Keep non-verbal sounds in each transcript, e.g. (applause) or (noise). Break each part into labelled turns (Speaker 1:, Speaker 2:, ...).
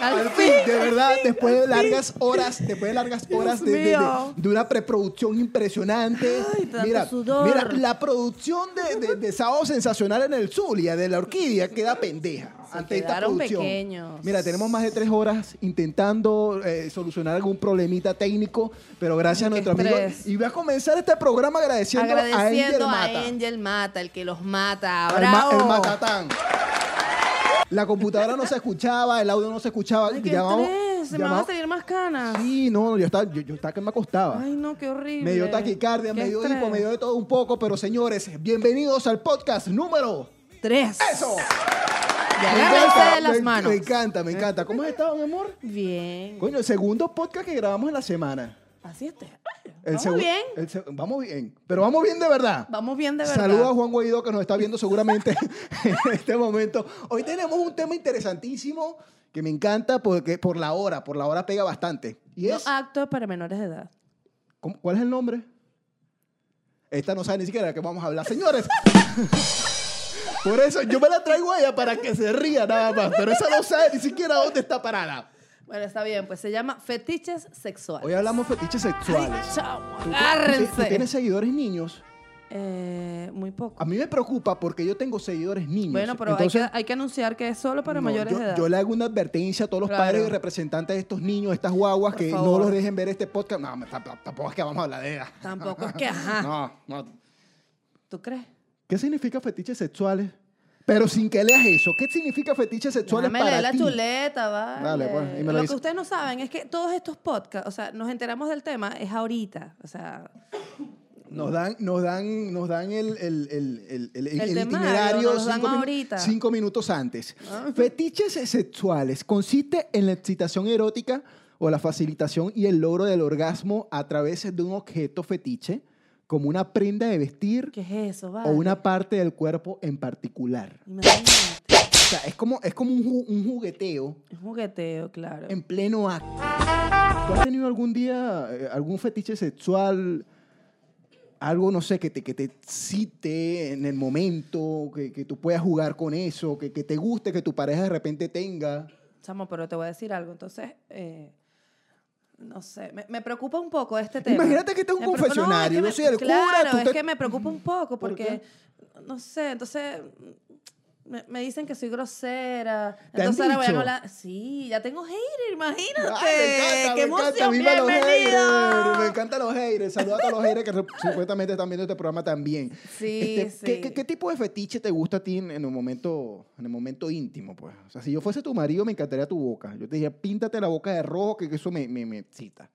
Speaker 1: Al fin, de verdad, después de largas horas, después de largas horas de, de- de-
Speaker 2: mío.
Speaker 1: de una preproducción impresionante.
Speaker 2: Ay, tanto
Speaker 1: mira,
Speaker 2: sudor.
Speaker 1: mira, la producción de, de, de Sábado Sensacional en el Zulia, de la Orquídea, queda pendeja.
Speaker 2: Se
Speaker 1: ante esta
Speaker 2: quedaron
Speaker 1: producción.
Speaker 2: pequeños.
Speaker 1: Mira, tenemos más de tres horas intentando eh, solucionar algún problemita técnico, pero gracias a nuestro amigo.
Speaker 2: estrés.
Speaker 1: Y voy a comenzar este programa agradeciendo,
Speaker 2: Agradeciendo
Speaker 1: a
Speaker 2: a
Speaker 1: Angel Mata.
Speaker 2: Angel Mata, el que los mata.
Speaker 1: El, ma-
Speaker 2: ¡Bravo!
Speaker 1: el matatán. La computadora no se escuchaba, el audio no se escuchaba.
Speaker 2: Ay, qué
Speaker 1: llamamos-
Speaker 2: estrés, Se me van a
Speaker 1: llamamos-
Speaker 2: salir más canas.
Speaker 1: Sí, no, yo estaba, yo, yo estaba que me acostaba.
Speaker 2: Ay, no, qué horrible.
Speaker 1: me dio taquicardia,
Speaker 2: Qué
Speaker 1: me dio
Speaker 2: estrés.
Speaker 1: hipo, me dio de todo un poco, pero señores, bienvenidos al podcast número.
Speaker 2: Tres.
Speaker 1: ¡Eso!
Speaker 2: Y agárrense de
Speaker 1: me
Speaker 2: las
Speaker 1: enc-
Speaker 2: manos.
Speaker 1: me encanta, me encanta. ¿Cómo has estado, mi amor?
Speaker 2: Bien.
Speaker 1: Coño, el segundo podcast que grabamos en la semana.
Speaker 2: Así está. Ay,
Speaker 1: El
Speaker 2: Vamos
Speaker 1: segu-
Speaker 2: bien.
Speaker 1: el se- vamos bien, pero vamos bien de verdad.
Speaker 2: Vamos bien de verdad.
Speaker 1: Saludos a Juan Guaidó que nos está viendo seguramente (laughs) en este momento. Hoy tenemos un tema interesantísimo que me encanta porque por la hora, por la hora pega bastante. Y
Speaker 2: No, ah.
Speaker 1: es,
Speaker 2: acto para menores de edad.
Speaker 1: ¿cómo- ¿cuál es el nombre? Esta no sabe ni siquiera de qué vamos a hablar, señores. (laughs) Por eso yo me la traigo a ella para que se ría nada más, pero esa no sabe ni siquiera dónde está parada.
Speaker 2: Bueno, está bien, pues se llama fetiches sexuales.
Speaker 1: Hoy hablamos fetiches sexuales.
Speaker 2: Chao,
Speaker 1: ¿Tú- tú-
Speaker 2: agárrense.
Speaker 1: tú tienes seguidores niños?
Speaker 2: Eh, muy poco.
Speaker 1: A mí me preocupa porque yo tengo seguidores niños.
Speaker 2: Bueno, pero hay
Speaker 1: Entonces,
Speaker 2: que- hay, que, anunciar que es solo para
Speaker 1: No,
Speaker 2: mayores
Speaker 1: yo,
Speaker 2: de edad.
Speaker 1: yo le hago una advertencia a todos los
Speaker 2: Claro.
Speaker 1: padres y representantes de estos niños, estas guaguas,
Speaker 2: Por
Speaker 1: que no
Speaker 2: favor.
Speaker 1: los dejen ver este podcast. No, me- tamp- tampoco es que vamos a hablar de ella.
Speaker 2: Tampoco es que, ajá.
Speaker 1: No, no.
Speaker 2: ¿Tú crees?
Speaker 1: ¿Qué significa fetiches sexuales? Pero sin que leas eso, ¿qué significa fetiches sexuales
Speaker 2: Déjame
Speaker 1: para
Speaker 2: leer la
Speaker 1: ti?
Speaker 2: chuleta, vale.
Speaker 1: Dale, pues, y me lo
Speaker 2: lo
Speaker 1: dice.
Speaker 2: que ustedes no saben es que todos estos podcasts, o sea, nos enteramos del tema es ahorita. O sea,
Speaker 1: Nos dan, nos dan, nos dan el, el, el, el, el- el
Speaker 2: temario,
Speaker 1: itinerario
Speaker 2: nos lo dan
Speaker 1: cinco, minu-
Speaker 2: ahorita. Ah.
Speaker 1: cinco minutos antes. Fetiches sexuales consiste en la excitación erótica o la facilitación y el logro del orgasmo a través de un objeto fetiche, como una prenda de vestir
Speaker 2: ¿qué es eso, vale?
Speaker 1: o una parte del cuerpo en particular.
Speaker 2: Imagínate,
Speaker 1: O sea, es como, es como un, ju- un jugueteo
Speaker 2: es jugueteo, claro.
Speaker 1: en pleno acto. ¿Tú has tenido algún día eh, algún fetiche sexual? Algo, no sé, que te, que te excite en el momento, que, que tú puedas jugar con eso, que, que te guste, que tu pareja de repente tenga.
Speaker 2: Chamo, pero te voy a decir algo. Entonces, eh, no sé, me, me preocupa un poco este tema.
Speaker 1: Imagínate que este es un
Speaker 2: Me preocupa-
Speaker 1: confesionario,
Speaker 2: No,
Speaker 1: yo
Speaker 2: es que
Speaker 1: soy
Speaker 2: me,
Speaker 1: el cura,
Speaker 2: claro,
Speaker 1: tú
Speaker 2: es
Speaker 1: te-
Speaker 2: que me preocupa un poco
Speaker 1: ¿Por
Speaker 2: porque, no sé, entonces me, me dicen que soy grosera.
Speaker 1: ¿Te han
Speaker 2: entonces ahora voy a
Speaker 1: dicho?
Speaker 2: hablar. Sí, ya tengo hater, imagínate.
Speaker 1: Ay,
Speaker 2: ¡Qué emoción!
Speaker 1: viva los haters,
Speaker 2: ¡Bienvenido!
Speaker 1: me encantan los haters. Saluda a todos los haters que (laughs) re- supuestamente están viendo este programa también.
Speaker 2: Sí,
Speaker 1: Este, ¿qué-
Speaker 2: sí.
Speaker 1: qué, qué tipo de fetiche te gusta a ti en, en el momento, en el momento íntimo? Pues? O sea, si yo fuese tu marido, me encantaría tu boca. Yo te diría, píntate la boca de rojo, que que eso me, me, me excita.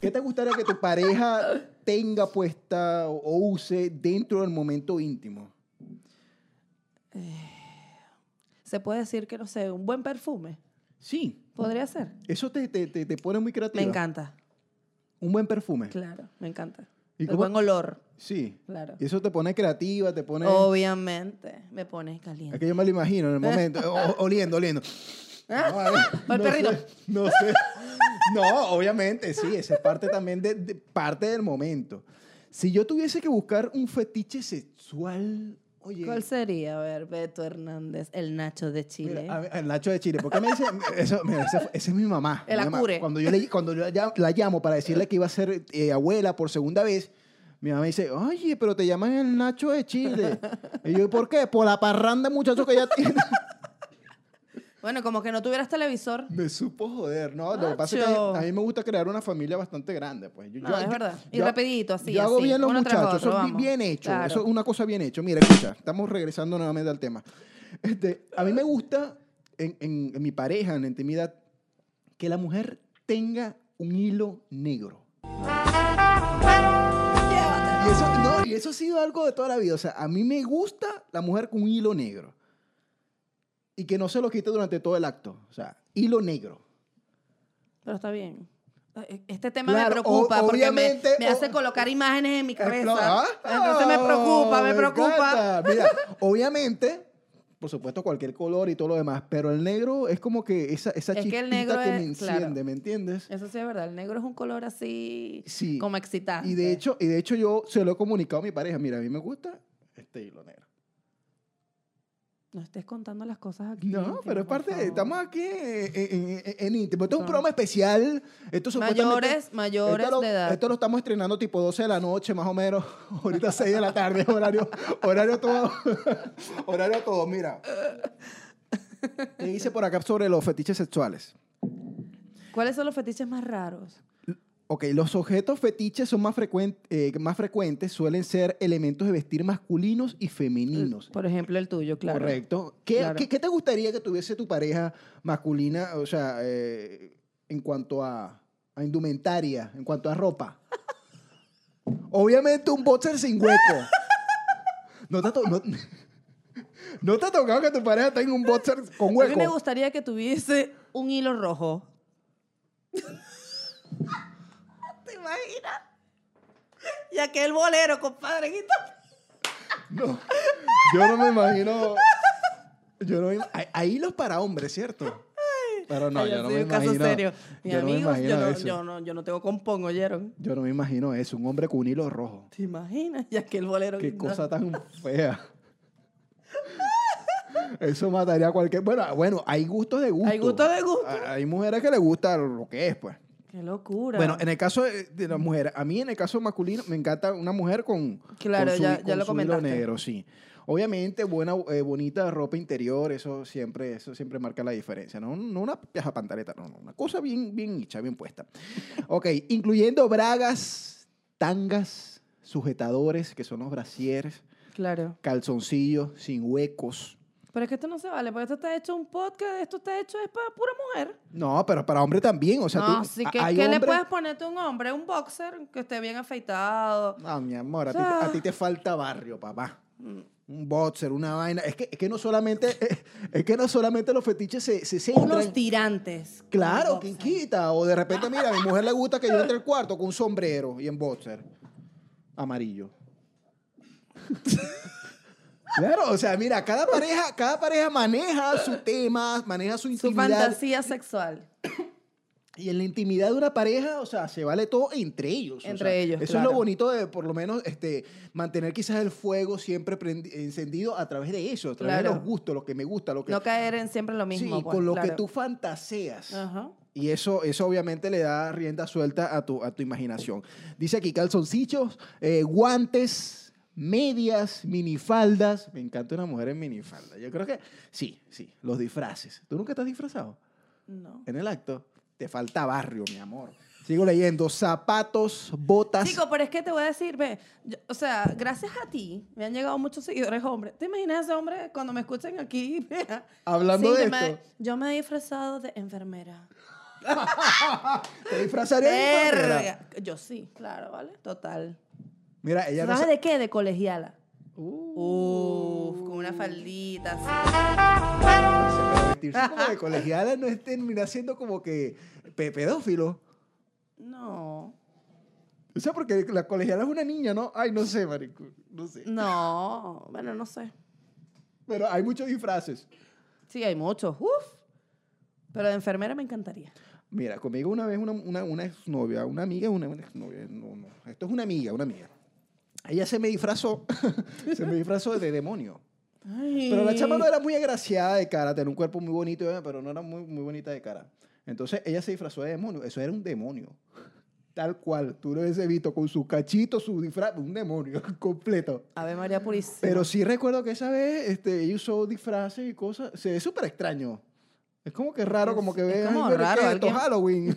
Speaker 1: ¿Qué te gustaría que tu pareja tenga puesta o, o use dentro del momento íntimo?
Speaker 2: Se puede decir que, no sé, un buen perfume.
Speaker 1: Sí,
Speaker 2: Podría ser.
Speaker 1: eso te, te, te, te pone muy creativa.
Speaker 2: Me encanta,
Speaker 1: Un buen perfume.
Speaker 2: claro, me encanta.
Speaker 1: ¿Y
Speaker 2: El
Speaker 1: cómo-
Speaker 2: buen olor,
Speaker 1: Sí.
Speaker 2: claro.
Speaker 1: Eso te pone creativa, te pone...
Speaker 2: Oh. Obviamente, me pone caliente.
Speaker 1: Es que yo me lo imagino en el momento.
Speaker 2: (laughs)
Speaker 1: O- oliendo, oliendo.
Speaker 2: Ah, O el perrito.
Speaker 1: sé, no sé. No, obviamente, sí. Esa es parte también de, de- parte del momento. Si yo tuviese que buscar un fetiche sexual, oye.
Speaker 2: ¿Cuál sería? A ver, Beto Hernández, el Nacho de Chile.
Speaker 1: mira, a ver, el Nacho de Chile, ¿por qué me dice eso? Mira, esa, esa es mi mamá.
Speaker 2: El
Speaker 1: mi mamá.
Speaker 2: acure.
Speaker 1: Cuando yo, le- cuando yo la, la llamo para decirle que iba a ser eh, abuela por segunda vez, mi mamá me dice, oye, pero te llaman el Nacho de Chile. Y yo, ¿por qué? Por la parranda, muchacho, que ya tiene. (laughs)
Speaker 2: Bueno, como que no tuvieras televisor.
Speaker 1: Me supo joder, ¿no? Lo que pasa es que
Speaker 2: Nacho.
Speaker 1: a mí me gusta crear una familia bastante grande, pues. Yo,
Speaker 2: No,
Speaker 1: yo-
Speaker 2: es
Speaker 1: yo-
Speaker 2: verdad. Y
Speaker 1: yo-
Speaker 2: rapidito, así,
Speaker 1: Yo hago
Speaker 2: así,
Speaker 1: bien los
Speaker 2: uno tras
Speaker 1: muchachos,
Speaker 2: otro,
Speaker 1: eso es bi-
Speaker 2: vamos.
Speaker 1: bien hecho,
Speaker 2: Claro.
Speaker 1: eso es una cosa bien hecho. Mira, escucha, estamos regresando nuevamente al tema. Este, a mí me gusta, en, en- en mi pareja, en la intimidad, que la mujer tenga un hilo negro. Y eso, no, y eso ha sido algo de toda la vida. O sea, a mí me gusta la mujer con hilo negro. Y que no se lo quite durante todo el acto. O sea, hilo negro.
Speaker 2: Pero está bien. Este tema
Speaker 1: Claro,
Speaker 2: me preocupa
Speaker 1: o-
Speaker 2: porque me,
Speaker 1: obviamente,
Speaker 2: me hace
Speaker 1: o-
Speaker 2: colocar imágenes en mi cabeza.
Speaker 1: Explo- ¡Ah!
Speaker 2: Entonces me preocupa, me
Speaker 1: Me
Speaker 2: preocupa.
Speaker 1: encanta.
Speaker 2: (laughs)
Speaker 1: Mira, obviamente, por supuesto, cualquier color y todo lo demás, pero el negro es como que esa, esa
Speaker 2: Es que
Speaker 1: chispita
Speaker 2: el
Speaker 1: que,
Speaker 2: negro
Speaker 1: me
Speaker 2: es- claro.
Speaker 1: enciende, ¿me entiendes?
Speaker 2: Eso sí es verdad. El negro es un color así
Speaker 1: Sí.
Speaker 2: como excitante.
Speaker 1: Y de hecho, y de hecho yo se lo he comunicado a mi pareja, mira, a mí me gusta este hilo negro.
Speaker 2: No estés contando las cosas aquí.
Speaker 1: No,
Speaker 2: íntimo,
Speaker 1: pero es
Speaker 2: por
Speaker 1: parte, de-
Speaker 2: favor.
Speaker 1: estamos aquí en, en- en- en íntimo. Esto es un
Speaker 2: Claro.
Speaker 1: programa especial. Esto supuestamente-
Speaker 2: Mayores, mayores
Speaker 1: esto lo,
Speaker 2: de edad.
Speaker 1: Esto lo estamos estrenando tipo 12 de la noche, más o menos. (laughs) Ahorita 6 de la tarde, horario, horario todo. (laughs) horario todo, mira. ¿Qué dice por acá sobre los fetiches sexuales?
Speaker 2: ¿Cuáles son los fetiches más raros?
Speaker 1: Ok, los objetos fetiches son más, frecuen- eh, más frecuentes, suelen ser elementos de vestir masculinos y femeninos.
Speaker 2: Por ejemplo, el tuyo, claro.
Speaker 1: Correcto. ¿Qué,
Speaker 2: Claro.
Speaker 1: qué- qué te gustaría que tuviese tu pareja masculina, o sea, eh, en cuanto a, a indumentaria, en cuanto
Speaker 2: (laughs)
Speaker 1: a ropa? Obviamente un boxer sin hueco. No te, ha to- no, no te ha tocado que tu pareja tenga un boxer con
Speaker 2: A mí me
Speaker 1: hueco.
Speaker 2: gustaría que tuviese un hilo rojo. (laughs) ¿Te imaginas? Y aquel bolero, compadre.
Speaker 1: No, yo no me imagino. Yo no me, ahí- ahí los para hombres, ¿cierto? Pero no,
Speaker 2: Ay,
Speaker 1: yo
Speaker 2: ha
Speaker 1: no
Speaker 2: sido
Speaker 1: me
Speaker 2: un caso
Speaker 1: imagino.
Speaker 2: serio. Mis
Speaker 1: yo no me
Speaker 2: amigos, yo,
Speaker 1: imagino
Speaker 2: no,
Speaker 1: eso.
Speaker 2: yo, no, yo no tengo compón, ¿oyeron?
Speaker 1: Yo no me imagino eso, un hombre con un hilo rojo.
Speaker 2: ¿Te imaginas? Y aquel bolero.
Speaker 1: Qué
Speaker 2: no.
Speaker 1: cosa tan fea. Eso mataría a cualquier. Bueno, bueno, hay gustos de gusto.
Speaker 2: Hay gusto de gusto.
Speaker 1: A- Hay mujeres que les gusta lo que es, pues.
Speaker 2: Qué locura.
Speaker 1: Bueno, en el caso de, de las mujeres, a mí en el caso masculino me encanta una mujer con.
Speaker 2: Claro,
Speaker 1: con su-
Speaker 2: ya-
Speaker 1: con
Speaker 2: ya lo
Speaker 1: su hilo
Speaker 2: comentaste.
Speaker 1: negro, sí. Obviamente, buena, eh, bonita ropa interior, eso siempre, eso siempre marca la diferencia. No, no una piaja pantaleta, no, no, una cosa bien, bien hecha, bien puesta. Ok, incluyendo bragas, tangas, sujetadores, que son los brasieres
Speaker 2: Claro.
Speaker 1: calzoncillos sin huecos.
Speaker 2: Pero es que esto no se vale, porque esto está hecho un podcast, esto está hecho es para pura mujer.
Speaker 1: No, pero para hombre también, o sea,
Speaker 2: no,
Speaker 1: tú-
Speaker 2: sí,
Speaker 1: a-
Speaker 2: ¿qué,
Speaker 1: hay
Speaker 2: qué le
Speaker 1: hombres-
Speaker 2: puedes ponerte a un hombre? Un boxer que esté bien afeitado.
Speaker 1: Ah, mi amor, a,
Speaker 2: O sea-
Speaker 1: ti, a ti te falta barrio, papá.
Speaker 2: Mm.
Speaker 1: Un boxer, una vaina. Es que, es que no solamente, (laughs) es que no solamente los fetiches se, se centran.
Speaker 2: Unos tirantes.
Speaker 1: Claro,
Speaker 2: Un
Speaker 1: ¿quién
Speaker 2: boxer.
Speaker 1: quita? O de repente, mira, a mi mujer le gusta que yo entre al cuarto con un sombrero y en boxer. Amarillo. (laughs) claro, o sea, mira, cada pareja, cada pareja maneja su tema, maneja su
Speaker 2: Su
Speaker 1: intimidad.
Speaker 2: fantasía sexual.
Speaker 1: Y en la intimidad de una pareja, o sea, se vale todo entre ellos. o sea,
Speaker 2: Entre ellos,
Speaker 1: Eso es
Speaker 2: claro.
Speaker 1: lo bonito de, por lo menos, este, mantener quizás el fuego siempre prendi- encendido a través de eso, a través de
Speaker 2: Claro.
Speaker 1: los gustos, lo que me gusta, lo que.
Speaker 2: No caer en siempre lo mismo.
Speaker 1: sí,
Speaker 2: pues,
Speaker 1: con lo que
Speaker 2: claro. Ah.
Speaker 1: tú fantaseas.
Speaker 2: Ajá.
Speaker 1: Y eso, eso obviamente le da rienda suelta a tu, a tu imaginación. Dice aquí calzoncillos, eh, guantes, medias, minifaldas. Me encanta una mujer en minifalda. Yo creo que sí, sí, los disfraces. ¿Tú nunca estás disfrazado?
Speaker 2: No.
Speaker 1: en el acto, te falta barrio, mi amor. Sigo leyendo, zapatos, botas.
Speaker 2: Chico, pero es que te voy a decir, ve, yo- o sea, gracias a ti me han llegado muchos seguidores hombres. ¿Te imaginas ese hombre cuando me escuchen aquí? (laughs) Vea.
Speaker 1: Hablando
Speaker 2: Sí,
Speaker 1: de
Speaker 2: yo me-
Speaker 1: esto.
Speaker 2: yo me he disfrazado de enfermera.
Speaker 1: te disfrazaría de enfermera.
Speaker 2: Verga. Yo sí, claro, ¿vale? Total.
Speaker 1: Mira, ella no Uh,
Speaker 2: ¿Sabes
Speaker 1: sabe.
Speaker 2: de Uh. qué? De colegiala. Uf, con
Speaker 1: Uh.
Speaker 2: una faldita. así.
Speaker 1: Vestirse como de colegiala no es terminar siendo como que pe- pedófilo.
Speaker 2: No,
Speaker 1: O sea, porque la colegiala es una niña, ¿no? Ay, no sé, marico. No sé.
Speaker 2: no, bueno, no sé.
Speaker 1: Pero hay muchos disfraces.
Speaker 2: Sí, hay muchos, uf. Pero de enfermera me encantaría.
Speaker 1: Mira, conmigo una vez una, una, una exnovia, una amiga, una, una exnovia, no, no. Esto es una amiga, una amiga. Ella se me disfrazó, (laughs) se me disfrazó de demonio. Pero la chama no era muy agraciada de cara, tenía un cuerpo muy bonito, eh, pero no era muy, muy bonita de cara. Entonces ella se disfrazó de demonio, eso era un demonio. Tal cual, tú lo hubiese visto con sus cachitos, su disfraz, un demonio (laughs) completo.
Speaker 2: Ave María Purísima.
Speaker 1: Pero sí recuerdo que esa vez este, ella usó disfraces y cosas, se ve súper extraño. Es como que raro,
Speaker 2: Es-
Speaker 1: como que
Speaker 2: es
Speaker 1: ve,
Speaker 2: como
Speaker 1: ay, pero
Speaker 2: raro,
Speaker 1: ¿qué es esto?
Speaker 2: alguien-
Speaker 1: Halloween.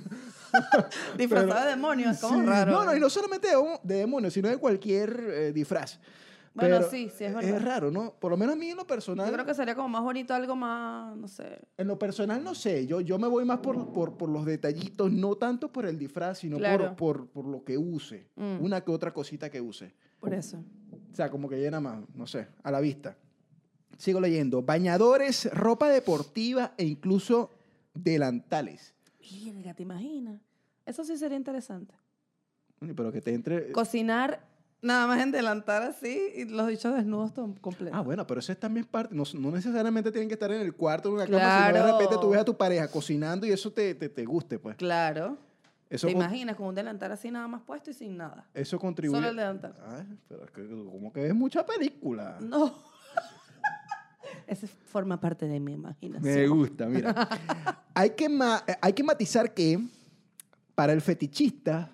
Speaker 2: Disfrazado
Speaker 1: pero-
Speaker 2: de demonio, (laughs) es como
Speaker 1: Sí,
Speaker 2: raro.
Speaker 1: No, no, y no solamente de, un- de demonio, sino de cualquier eh, disfraz.
Speaker 2: Bueno,
Speaker 1: Pero e,
Speaker 2: sí, sí, es
Speaker 1: Es
Speaker 2: verdad.
Speaker 1: raro, ¿no? Por lo menos a mí en lo personal.
Speaker 2: Yo creo que sería como más bonito algo más, no sé.
Speaker 1: En lo personal, no sé. Yo, yo me voy más por, por, por los detallitos, no tanto por el disfraz, sino por-
Speaker 2: Claro.
Speaker 1: por, por, lo que use.
Speaker 2: Mm.
Speaker 1: Una que otra cosita que use.
Speaker 2: Por eso.
Speaker 1: O sea, como que llena más, no sé, a la vista. Sigo leyendo. Bañadores, ropa deportiva e incluso delantales.
Speaker 2: Mierda, ¿te imaginas? Eso sí sería interesante.
Speaker 1: Coño, Pero que te entre... eh,
Speaker 2: Cocinar nada más en delantar así y los dichos desnudos tom- completos.
Speaker 1: Ah, bueno, pero eso es también parte. No, no necesariamente tienen que estar en el cuarto de una cama, sino de
Speaker 2: Claro.
Speaker 1: repente tú ves a tu pareja cocinando y eso te, te, te guste, pues.
Speaker 2: Claro.
Speaker 1: Eso,
Speaker 2: ¿Te
Speaker 1: con-
Speaker 2: imaginas con un delantal así nada más puesto y sin nada?
Speaker 1: eso contribuye...
Speaker 2: Solo el delantal.
Speaker 1: Ah. Ay, pero es que como que ves mucha película.
Speaker 2: No. (laughs) ese forma parte de mi imaginación.
Speaker 3: Me gusta, mira.
Speaker 1: Hay que, ma- eh, hay que matizar que para el fetichista,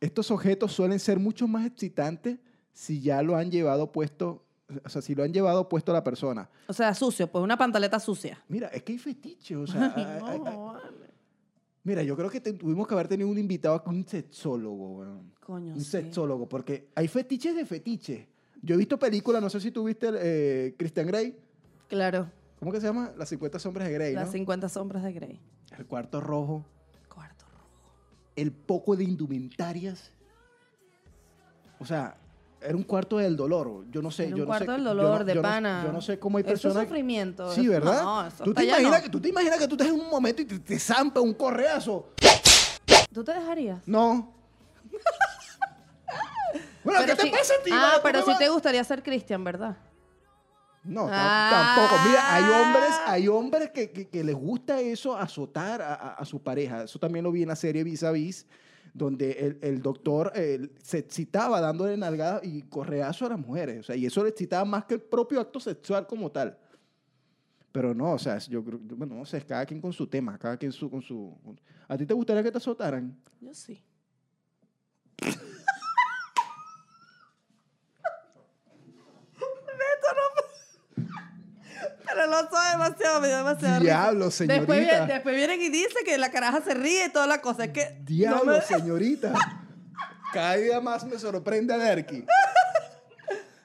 Speaker 1: estos objetos suelen ser mucho más excitantes si ya lo han llevado puesto, o sea, si lo han llevado puesto a la persona.
Speaker 2: O sea, sucio, pues una pantaleta sucia.
Speaker 1: Mira, es que hay fetiches, o sea,
Speaker 2: Ay,
Speaker 1: hay- hay- hay-
Speaker 2: no, vale.
Speaker 1: mira, yo creo que te- tuvimos que haber tenido un invitado, un sexólogo, weón.
Speaker 2: Coño,
Speaker 1: un
Speaker 2: sí.
Speaker 1: sexólogo, porque hay fetiches de fetiches. Yo he visto películas, no sé si tú viste eh, Christian Grey,
Speaker 2: Claro,
Speaker 1: ¿cómo que se llama? Las 50 sombras de Grey, ¿no?
Speaker 2: las 50 sombras de Grey.
Speaker 1: El cuarto rojo,
Speaker 2: Cuarto rojo.
Speaker 1: el poco de indumentarias. O sea, era un cuarto del dolor. Yo no sé.
Speaker 2: Era un
Speaker 1: yo no
Speaker 2: cuarto
Speaker 1: sé-
Speaker 2: del
Speaker 1: yo no-
Speaker 2: dolor, de
Speaker 1: yo no-
Speaker 2: pana.
Speaker 1: yo no sé cómo hay
Speaker 2: Eso es
Speaker 1: personas.
Speaker 2: sufrimiento,
Speaker 1: Sí,
Speaker 2: eso-
Speaker 1: ¿verdad?
Speaker 2: no, eso
Speaker 1: ¿Tú,
Speaker 2: hasta
Speaker 1: te
Speaker 2: allá
Speaker 1: imaginas
Speaker 2: no.
Speaker 1: que, tú te imaginas que tú estás en un momento y te, te zampa un correazo.
Speaker 2: ¿Tú te dejarías? (laughs)
Speaker 1: No. bueno, ¿qué
Speaker 2: Pero
Speaker 1: te
Speaker 2: sí-
Speaker 1: pasa a ti?
Speaker 2: Ah,
Speaker 1: vale?
Speaker 2: pero
Speaker 1: ¿Tú
Speaker 2: sí
Speaker 1: me
Speaker 2: te
Speaker 1: vas-
Speaker 2: gustaría ser Cristian, ¿verdad?
Speaker 1: No, tam-
Speaker 2: Ah.
Speaker 1: tampoco. Mira, hay hombres, hay hombres que, que- que les gusta eso, azotar a, a- a su pareja. Eso también lo vi en la serie Vis a Vis, donde el, el doctor eh, se excitaba dándole nalgadas y correazo a las mujeres. O sea, y eso le excitaba más que el propio acto sexual como tal. Pero no, o sea, es- yo creo, yo- bueno, no sé, es cada quien con su tema, cada quien su, con su... ¿A ti te gustaría que te azotaran?
Speaker 2: Yo (laughs) sí. Pero lo soy demasiado, me dio demasiado
Speaker 1: Diablo,
Speaker 2: Después,
Speaker 1: señorita.
Speaker 2: viene- después vienen y dicen que la caraja se ríe y toda la cosa. Es que. no
Speaker 1: Diablo,
Speaker 2: me-
Speaker 1: señorita. Cada día más me sorprende
Speaker 2: (laughs)
Speaker 1: a Derki.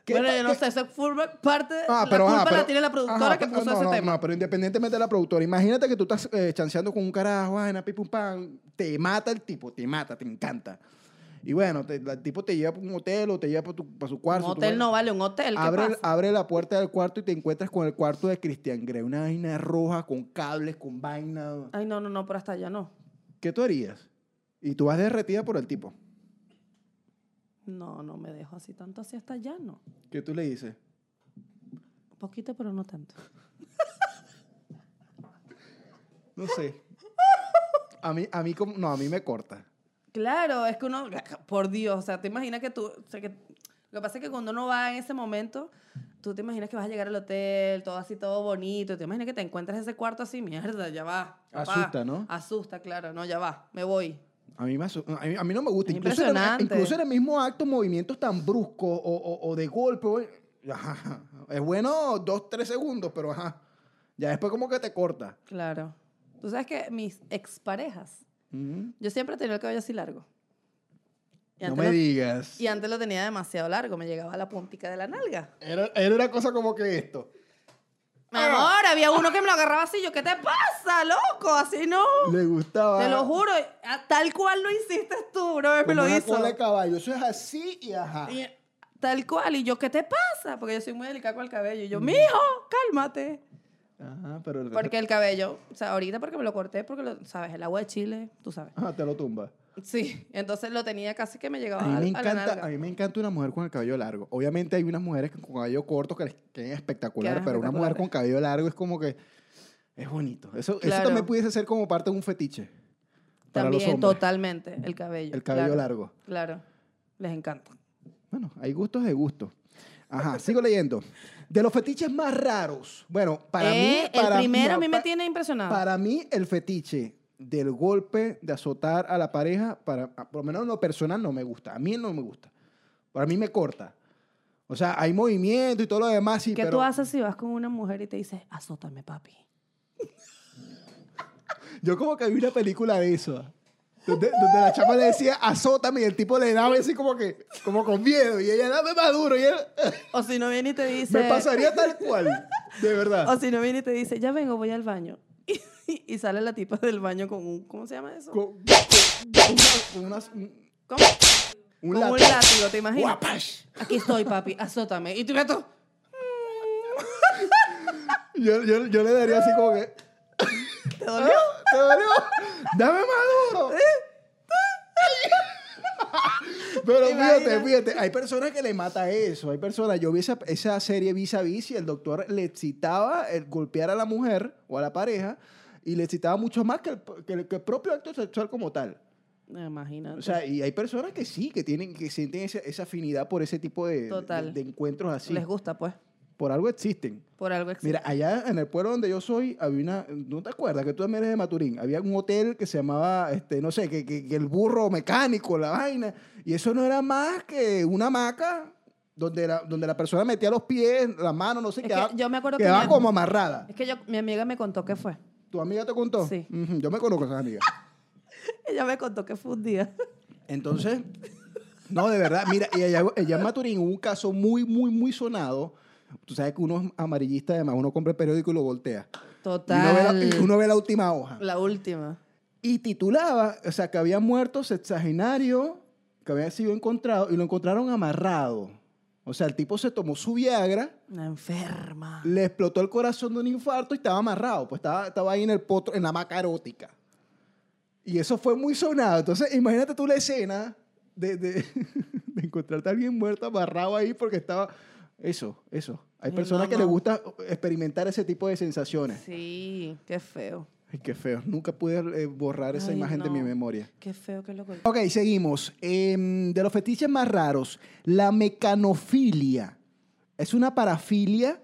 Speaker 1: ¿Qué
Speaker 2: Bueno,
Speaker 1: pa-
Speaker 2: yo no
Speaker 1: qué-
Speaker 2: sé, eso forma parte. de
Speaker 1: Ah,
Speaker 2: la
Speaker 1: pero,
Speaker 2: culpa
Speaker 1: ajá, pero-
Speaker 2: la tiene la productora
Speaker 1: ajá,
Speaker 2: que
Speaker 1: pero-
Speaker 2: puso
Speaker 1: no,
Speaker 2: ese
Speaker 1: no,
Speaker 2: tema.
Speaker 1: No, pero independientemente de la productora, imagínate que tú estás eh, chanceando con un carajo, vaina, pi, pum, pam, te mata el tipo, te mata, te encanta. Y bueno, te- la- el tipo te lleva para un hotel o te lleva para, su cuarto.
Speaker 2: un
Speaker 1: tú
Speaker 2: hotel
Speaker 1: vas-
Speaker 2: no vale, un hotel. ¿qué
Speaker 1: Abre,
Speaker 2: pasa?
Speaker 1: abre la puerta del cuarto y te encuentras con el cuarto de Christian Grey, una vaina roja con cables, con vaina.
Speaker 2: Ay, no, no, no, pero hasta allá no.
Speaker 1: ¿Qué tú harías? Y tú vas derretida por el tipo.
Speaker 2: No, no me dejo así tanto, así hasta allá no.
Speaker 1: ¿Qué tú le dices?
Speaker 2: Un poquito, pero no tanto.
Speaker 1: No sé. A mí, a mí como, no, a mí me corta.
Speaker 2: Claro, es que uno, (laughs) por Dios, o sea, te imaginas que tú, o sea, que, lo que pasa es que cuando uno va en ese momento, tú te imaginas que vas a llegar al hotel, todo así, todo bonito, te imaginas que te encuentras ese cuarto así, mierda, ya va. papá.
Speaker 1: Asusta, ¿no?
Speaker 2: Asusta, claro, no, ya va, me voy.
Speaker 1: A mí, me asu- a mí, a mí no me gusta.
Speaker 2: Es
Speaker 1: Incluso en, el,
Speaker 2: impresionante.
Speaker 1: incluso en el mismo acto, movimientos tan bruscos o, o- o de golpe. o- ajá. es bueno dos, tres segundos, pero ajá. Ya después como que te corta.
Speaker 2: Claro. Tú sabes que mis exparejas,
Speaker 1: Ujú.
Speaker 2: yo siempre tenía el cabello así largo. Y
Speaker 1: Mm. No
Speaker 2: antes
Speaker 1: me
Speaker 2: lo-
Speaker 1: digas.
Speaker 2: Y antes lo tenía demasiado largo, me llegaba a la puntica de la nalga.
Speaker 1: Era, era una cosa como que esto. Ah.
Speaker 2: Mi amor, había uno que me lo agarraba así, yo, ¿qué te pasa, loco? Así no.
Speaker 1: Le gustaba.
Speaker 2: Te lo juro, a- tal cual lo hiciste tú, bro, me
Speaker 1: Ah. como
Speaker 2: lo
Speaker 1: una
Speaker 2: hizo.
Speaker 1: cola de caballo. Eso es así y ajá.
Speaker 2: Y- tal cual, y yo, ¿qué te pasa? Porque yo soy muy delicada con el cabello. Y yo,
Speaker 1: Mm.
Speaker 2: mijo, cálmate.
Speaker 1: Ajá, pero... el-
Speaker 2: Porque el cabello, o sea, ahorita porque me lo corté, porque lo, sabes, el agua de Chile, tú sabes.
Speaker 1: Ajá, te lo tumba.
Speaker 2: Sí, entonces lo tenía casi que me llegaba
Speaker 1: A mí,
Speaker 2: al-
Speaker 1: me
Speaker 2: a la
Speaker 1: encanta,
Speaker 2: nalga.
Speaker 1: a mí me encanta una mujer con el cabello largo. Obviamente hay unas mujeres con cabello corto que les quedan espectacular,
Speaker 2: Quedan
Speaker 1: pero una mujer
Speaker 2: espectaculares.
Speaker 1: con cabello largo es como que es bonito. Eso, eso
Speaker 2: Claro.
Speaker 1: también pudiese ser como parte de un fetiche para los
Speaker 2: También,
Speaker 1: hombres.
Speaker 2: totalmente, el cabello.
Speaker 1: El cabello
Speaker 2: claro,
Speaker 1: largo.
Speaker 2: Claro, les encanta.
Speaker 1: Bueno, hay gustos de gustos. Ajá, sigo leyendo. De los fetiches más raros. Bueno, para
Speaker 2: Eh,
Speaker 1: mí... para-
Speaker 2: el primero
Speaker 1: no,
Speaker 2: a mí me
Speaker 1: pa-
Speaker 2: tiene impresionado.
Speaker 1: Para mí, el fetiche del golpe, de azotar a la pareja, para, a- por lo menos en lo personal no me gusta. A mí no me gusta. Para mí me corta. O sea, hay movimiento y todo lo demás. Sí,
Speaker 2: ¿Qué
Speaker 1: pero
Speaker 2: tú haces si vas con una mujer y te dices, azótame, papi?
Speaker 1: Yo como que vi una película de eso. ¿ah? Donde, donde la chama le decía, azótame, y el tipo le daba así como que, como con miedo. Y ella, dame más duro. Y él,
Speaker 2: O si no viene y te dice...
Speaker 1: me pasaría tal cual. De verdad.
Speaker 2: O si no viene y te dice, ya vengo, voy al baño. (laughs) Y, y sale la tipa del baño con un, ¿cómo se llama eso?
Speaker 1: Con- con- con una- con una- un-
Speaker 2: ¿Cómo?
Speaker 1: un
Speaker 2: con un
Speaker 1: látigo.
Speaker 2: látigo, ¿te imaginas?
Speaker 1: Guapash.
Speaker 2: Aquí estoy, papi, azótame. Y tu gato,
Speaker 1: Yo, yo, yo le daría así como que.
Speaker 2: ¿te dolió?
Speaker 1: (laughs)
Speaker 2: ¿Eh?
Speaker 1: ¿Te dolió? ¡Dame más duro! Pero fíjate,
Speaker 2: imaginas?
Speaker 1: fíjate, hay personas que le mata eso. Hay personas, yo vi esa, esa serie Vis a Vis y el doctor le excitaba el golpear a la mujer o a la pareja y le excitaba mucho más que el, que el- que el propio acto sexual como tal.
Speaker 2: Imagínate.
Speaker 1: O sea, y hay personas que sí, que tienen que sienten esa, esa afinidad por ese tipo de,
Speaker 2: Total.
Speaker 1: de- de encuentros así.
Speaker 2: Les gusta, pues.
Speaker 1: Por algo existen.
Speaker 2: Por algo existe.
Speaker 1: Mira, allá en el pueblo donde yo soy, había una. ¿No te acuerdas que tú también eres de Maturín? Había un hotel que se llamaba, este, no sé, que, que- que el burro mecánico, la vaina. Y eso no era más que una hamaca donde la, donde la persona metía los pies, la mano, no sé,
Speaker 2: Es
Speaker 1: qué.
Speaker 2: que yo me acuerdo que
Speaker 1: quedaba
Speaker 2: mi-
Speaker 1: como amarrada.
Speaker 2: Es que yo, mi amiga me contó que fue. (laughs)
Speaker 1: ¿Tu amiga te contó?
Speaker 2: Sí.
Speaker 1: Ujú, yo me conozco a esas amigas.
Speaker 2: Ella me contó que fue un día.
Speaker 1: Entonces, (laughs) no, de verdad, mira, y allá, allá en Maturín hubo un caso muy, muy, muy sonado. Tú sabes que uno es amarillista, además uno compra el periódico y lo voltea. Y uno ve la-
Speaker 2: Total.
Speaker 1: y uno ve la última hoja.
Speaker 2: La última.
Speaker 1: Y titulaba, o sea, que había muerto sexagenario, que había sido encontrado, y lo encontraron amarrado. O sea, el tipo se tomó su Viagra,
Speaker 2: Una enferma.
Speaker 1: le explotó el corazón de un infarto y estaba amarrado. Pues estaba, estaba ahí en el potro, en la hamaca erótica. Y eso fue muy sonado. Entonces, imagínate tú la escena de, (laughs) de- de encontrarte a alguien muerto amarrado ahí porque estaba... Eso, eso. Hay
Speaker 2: Ay,
Speaker 1: personas que
Speaker 2: mamá.
Speaker 1: les gusta experimentar ese tipo de sensaciones.
Speaker 2: Eh, Sí, qué feo.
Speaker 1: Ay, qué feo. Nunca pude eh, borrar esa
Speaker 2: Ay,
Speaker 1: imagen de mi
Speaker 2: no.
Speaker 1: memoria.
Speaker 2: Qué feo, qué loco.
Speaker 1: Ok, seguimos. Em, de los fetiches más raros, la mecanofilia. Es una parafilia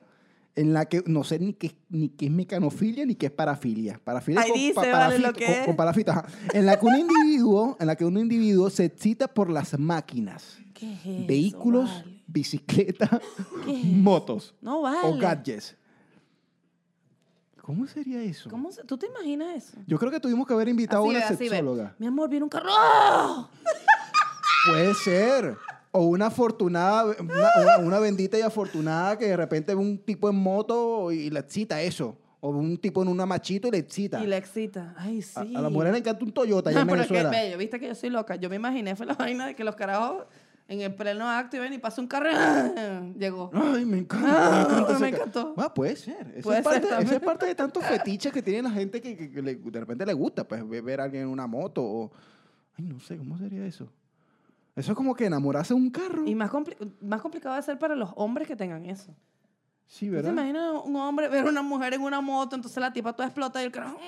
Speaker 1: en la que no sé ni qué, ni qué es mecanofilia ni qué es parafilia. Parafilia es
Speaker 2: Ahí dice, vale, lo que
Speaker 1: con-
Speaker 2: es.
Speaker 1: con parafita, ajá. En la que un individuo, en la que un individuo se excita por las máquinas,
Speaker 2: ¿Qué es eso,
Speaker 1: vehículos,
Speaker 2: vale?
Speaker 1: bicicletas,
Speaker 2: ¿Qué es?
Speaker 1: motos
Speaker 2: No vale.
Speaker 1: o gadgets. ¿Cómo sería eso?
Speaker 2: ¿Cómo se- ¿Tú te imaginas eso?
Speaker 1: Yo creo que tuvimos que haber invitado
Speaker 2: Así
Speaker 1: a una
Speaker 2: ve, así ve.
Speaker 1: sexóloga.
Speaker 2: Mi amor, viene un carro. ¡Ah!
Speaker 1: Puede ser. O una afortunada, una, una- una bendita y afortunada que de repente ve un tipo en moto y la excita eso. O un tipo en una machito y la excita.
Speaker 2: Y la excita. Ay,
Speaker 1: a,
Speaker 2: sí.
Speaker 1: a la mujer le encanta un Toyota allá
Speaker 2: No,
Speaker 1: en
Speaker 2: (laughs) pero es que
Speaker 1: Venezuela.
Speaker 2: bello, viste que yo soy loca. Yo me imaginé, fue la vaina de que los carajos en el pleno acto iban y pasa un carro. (laughs) Llegó.
Speaker 1: Ay, me encanta.
Speaker 2: Ah,
Speaker 1: encanta
Speaker 2: me
Speaker 1: ese ca-
Speaker 2: encantó.
Speaker 1: Ah, puede ser. Eso,
Speaker 2: Puede ser
Speaker 1: es parte, eso
Speaker 2: también.
Speaker 1: es parte de tantos fetiches que tiene la gente que, que- que le- de repente le gusta, pues ve- ver a alguien en una moto o... Ay, no sé, ¿cómo sería eso? Eso es como que enamorarse de un carro.
Speaker 2: Y más, compli- más complicado de ser para los hombres que tengan eso.
Speaker 1: Sí,
Speaker 2: ¿Tú ¿Te
Speaker 1: ¿verdad?
Speaker 2: imaginas un hombre ver a una mujer en una moto, entonces la tipa toda explota y el carajo?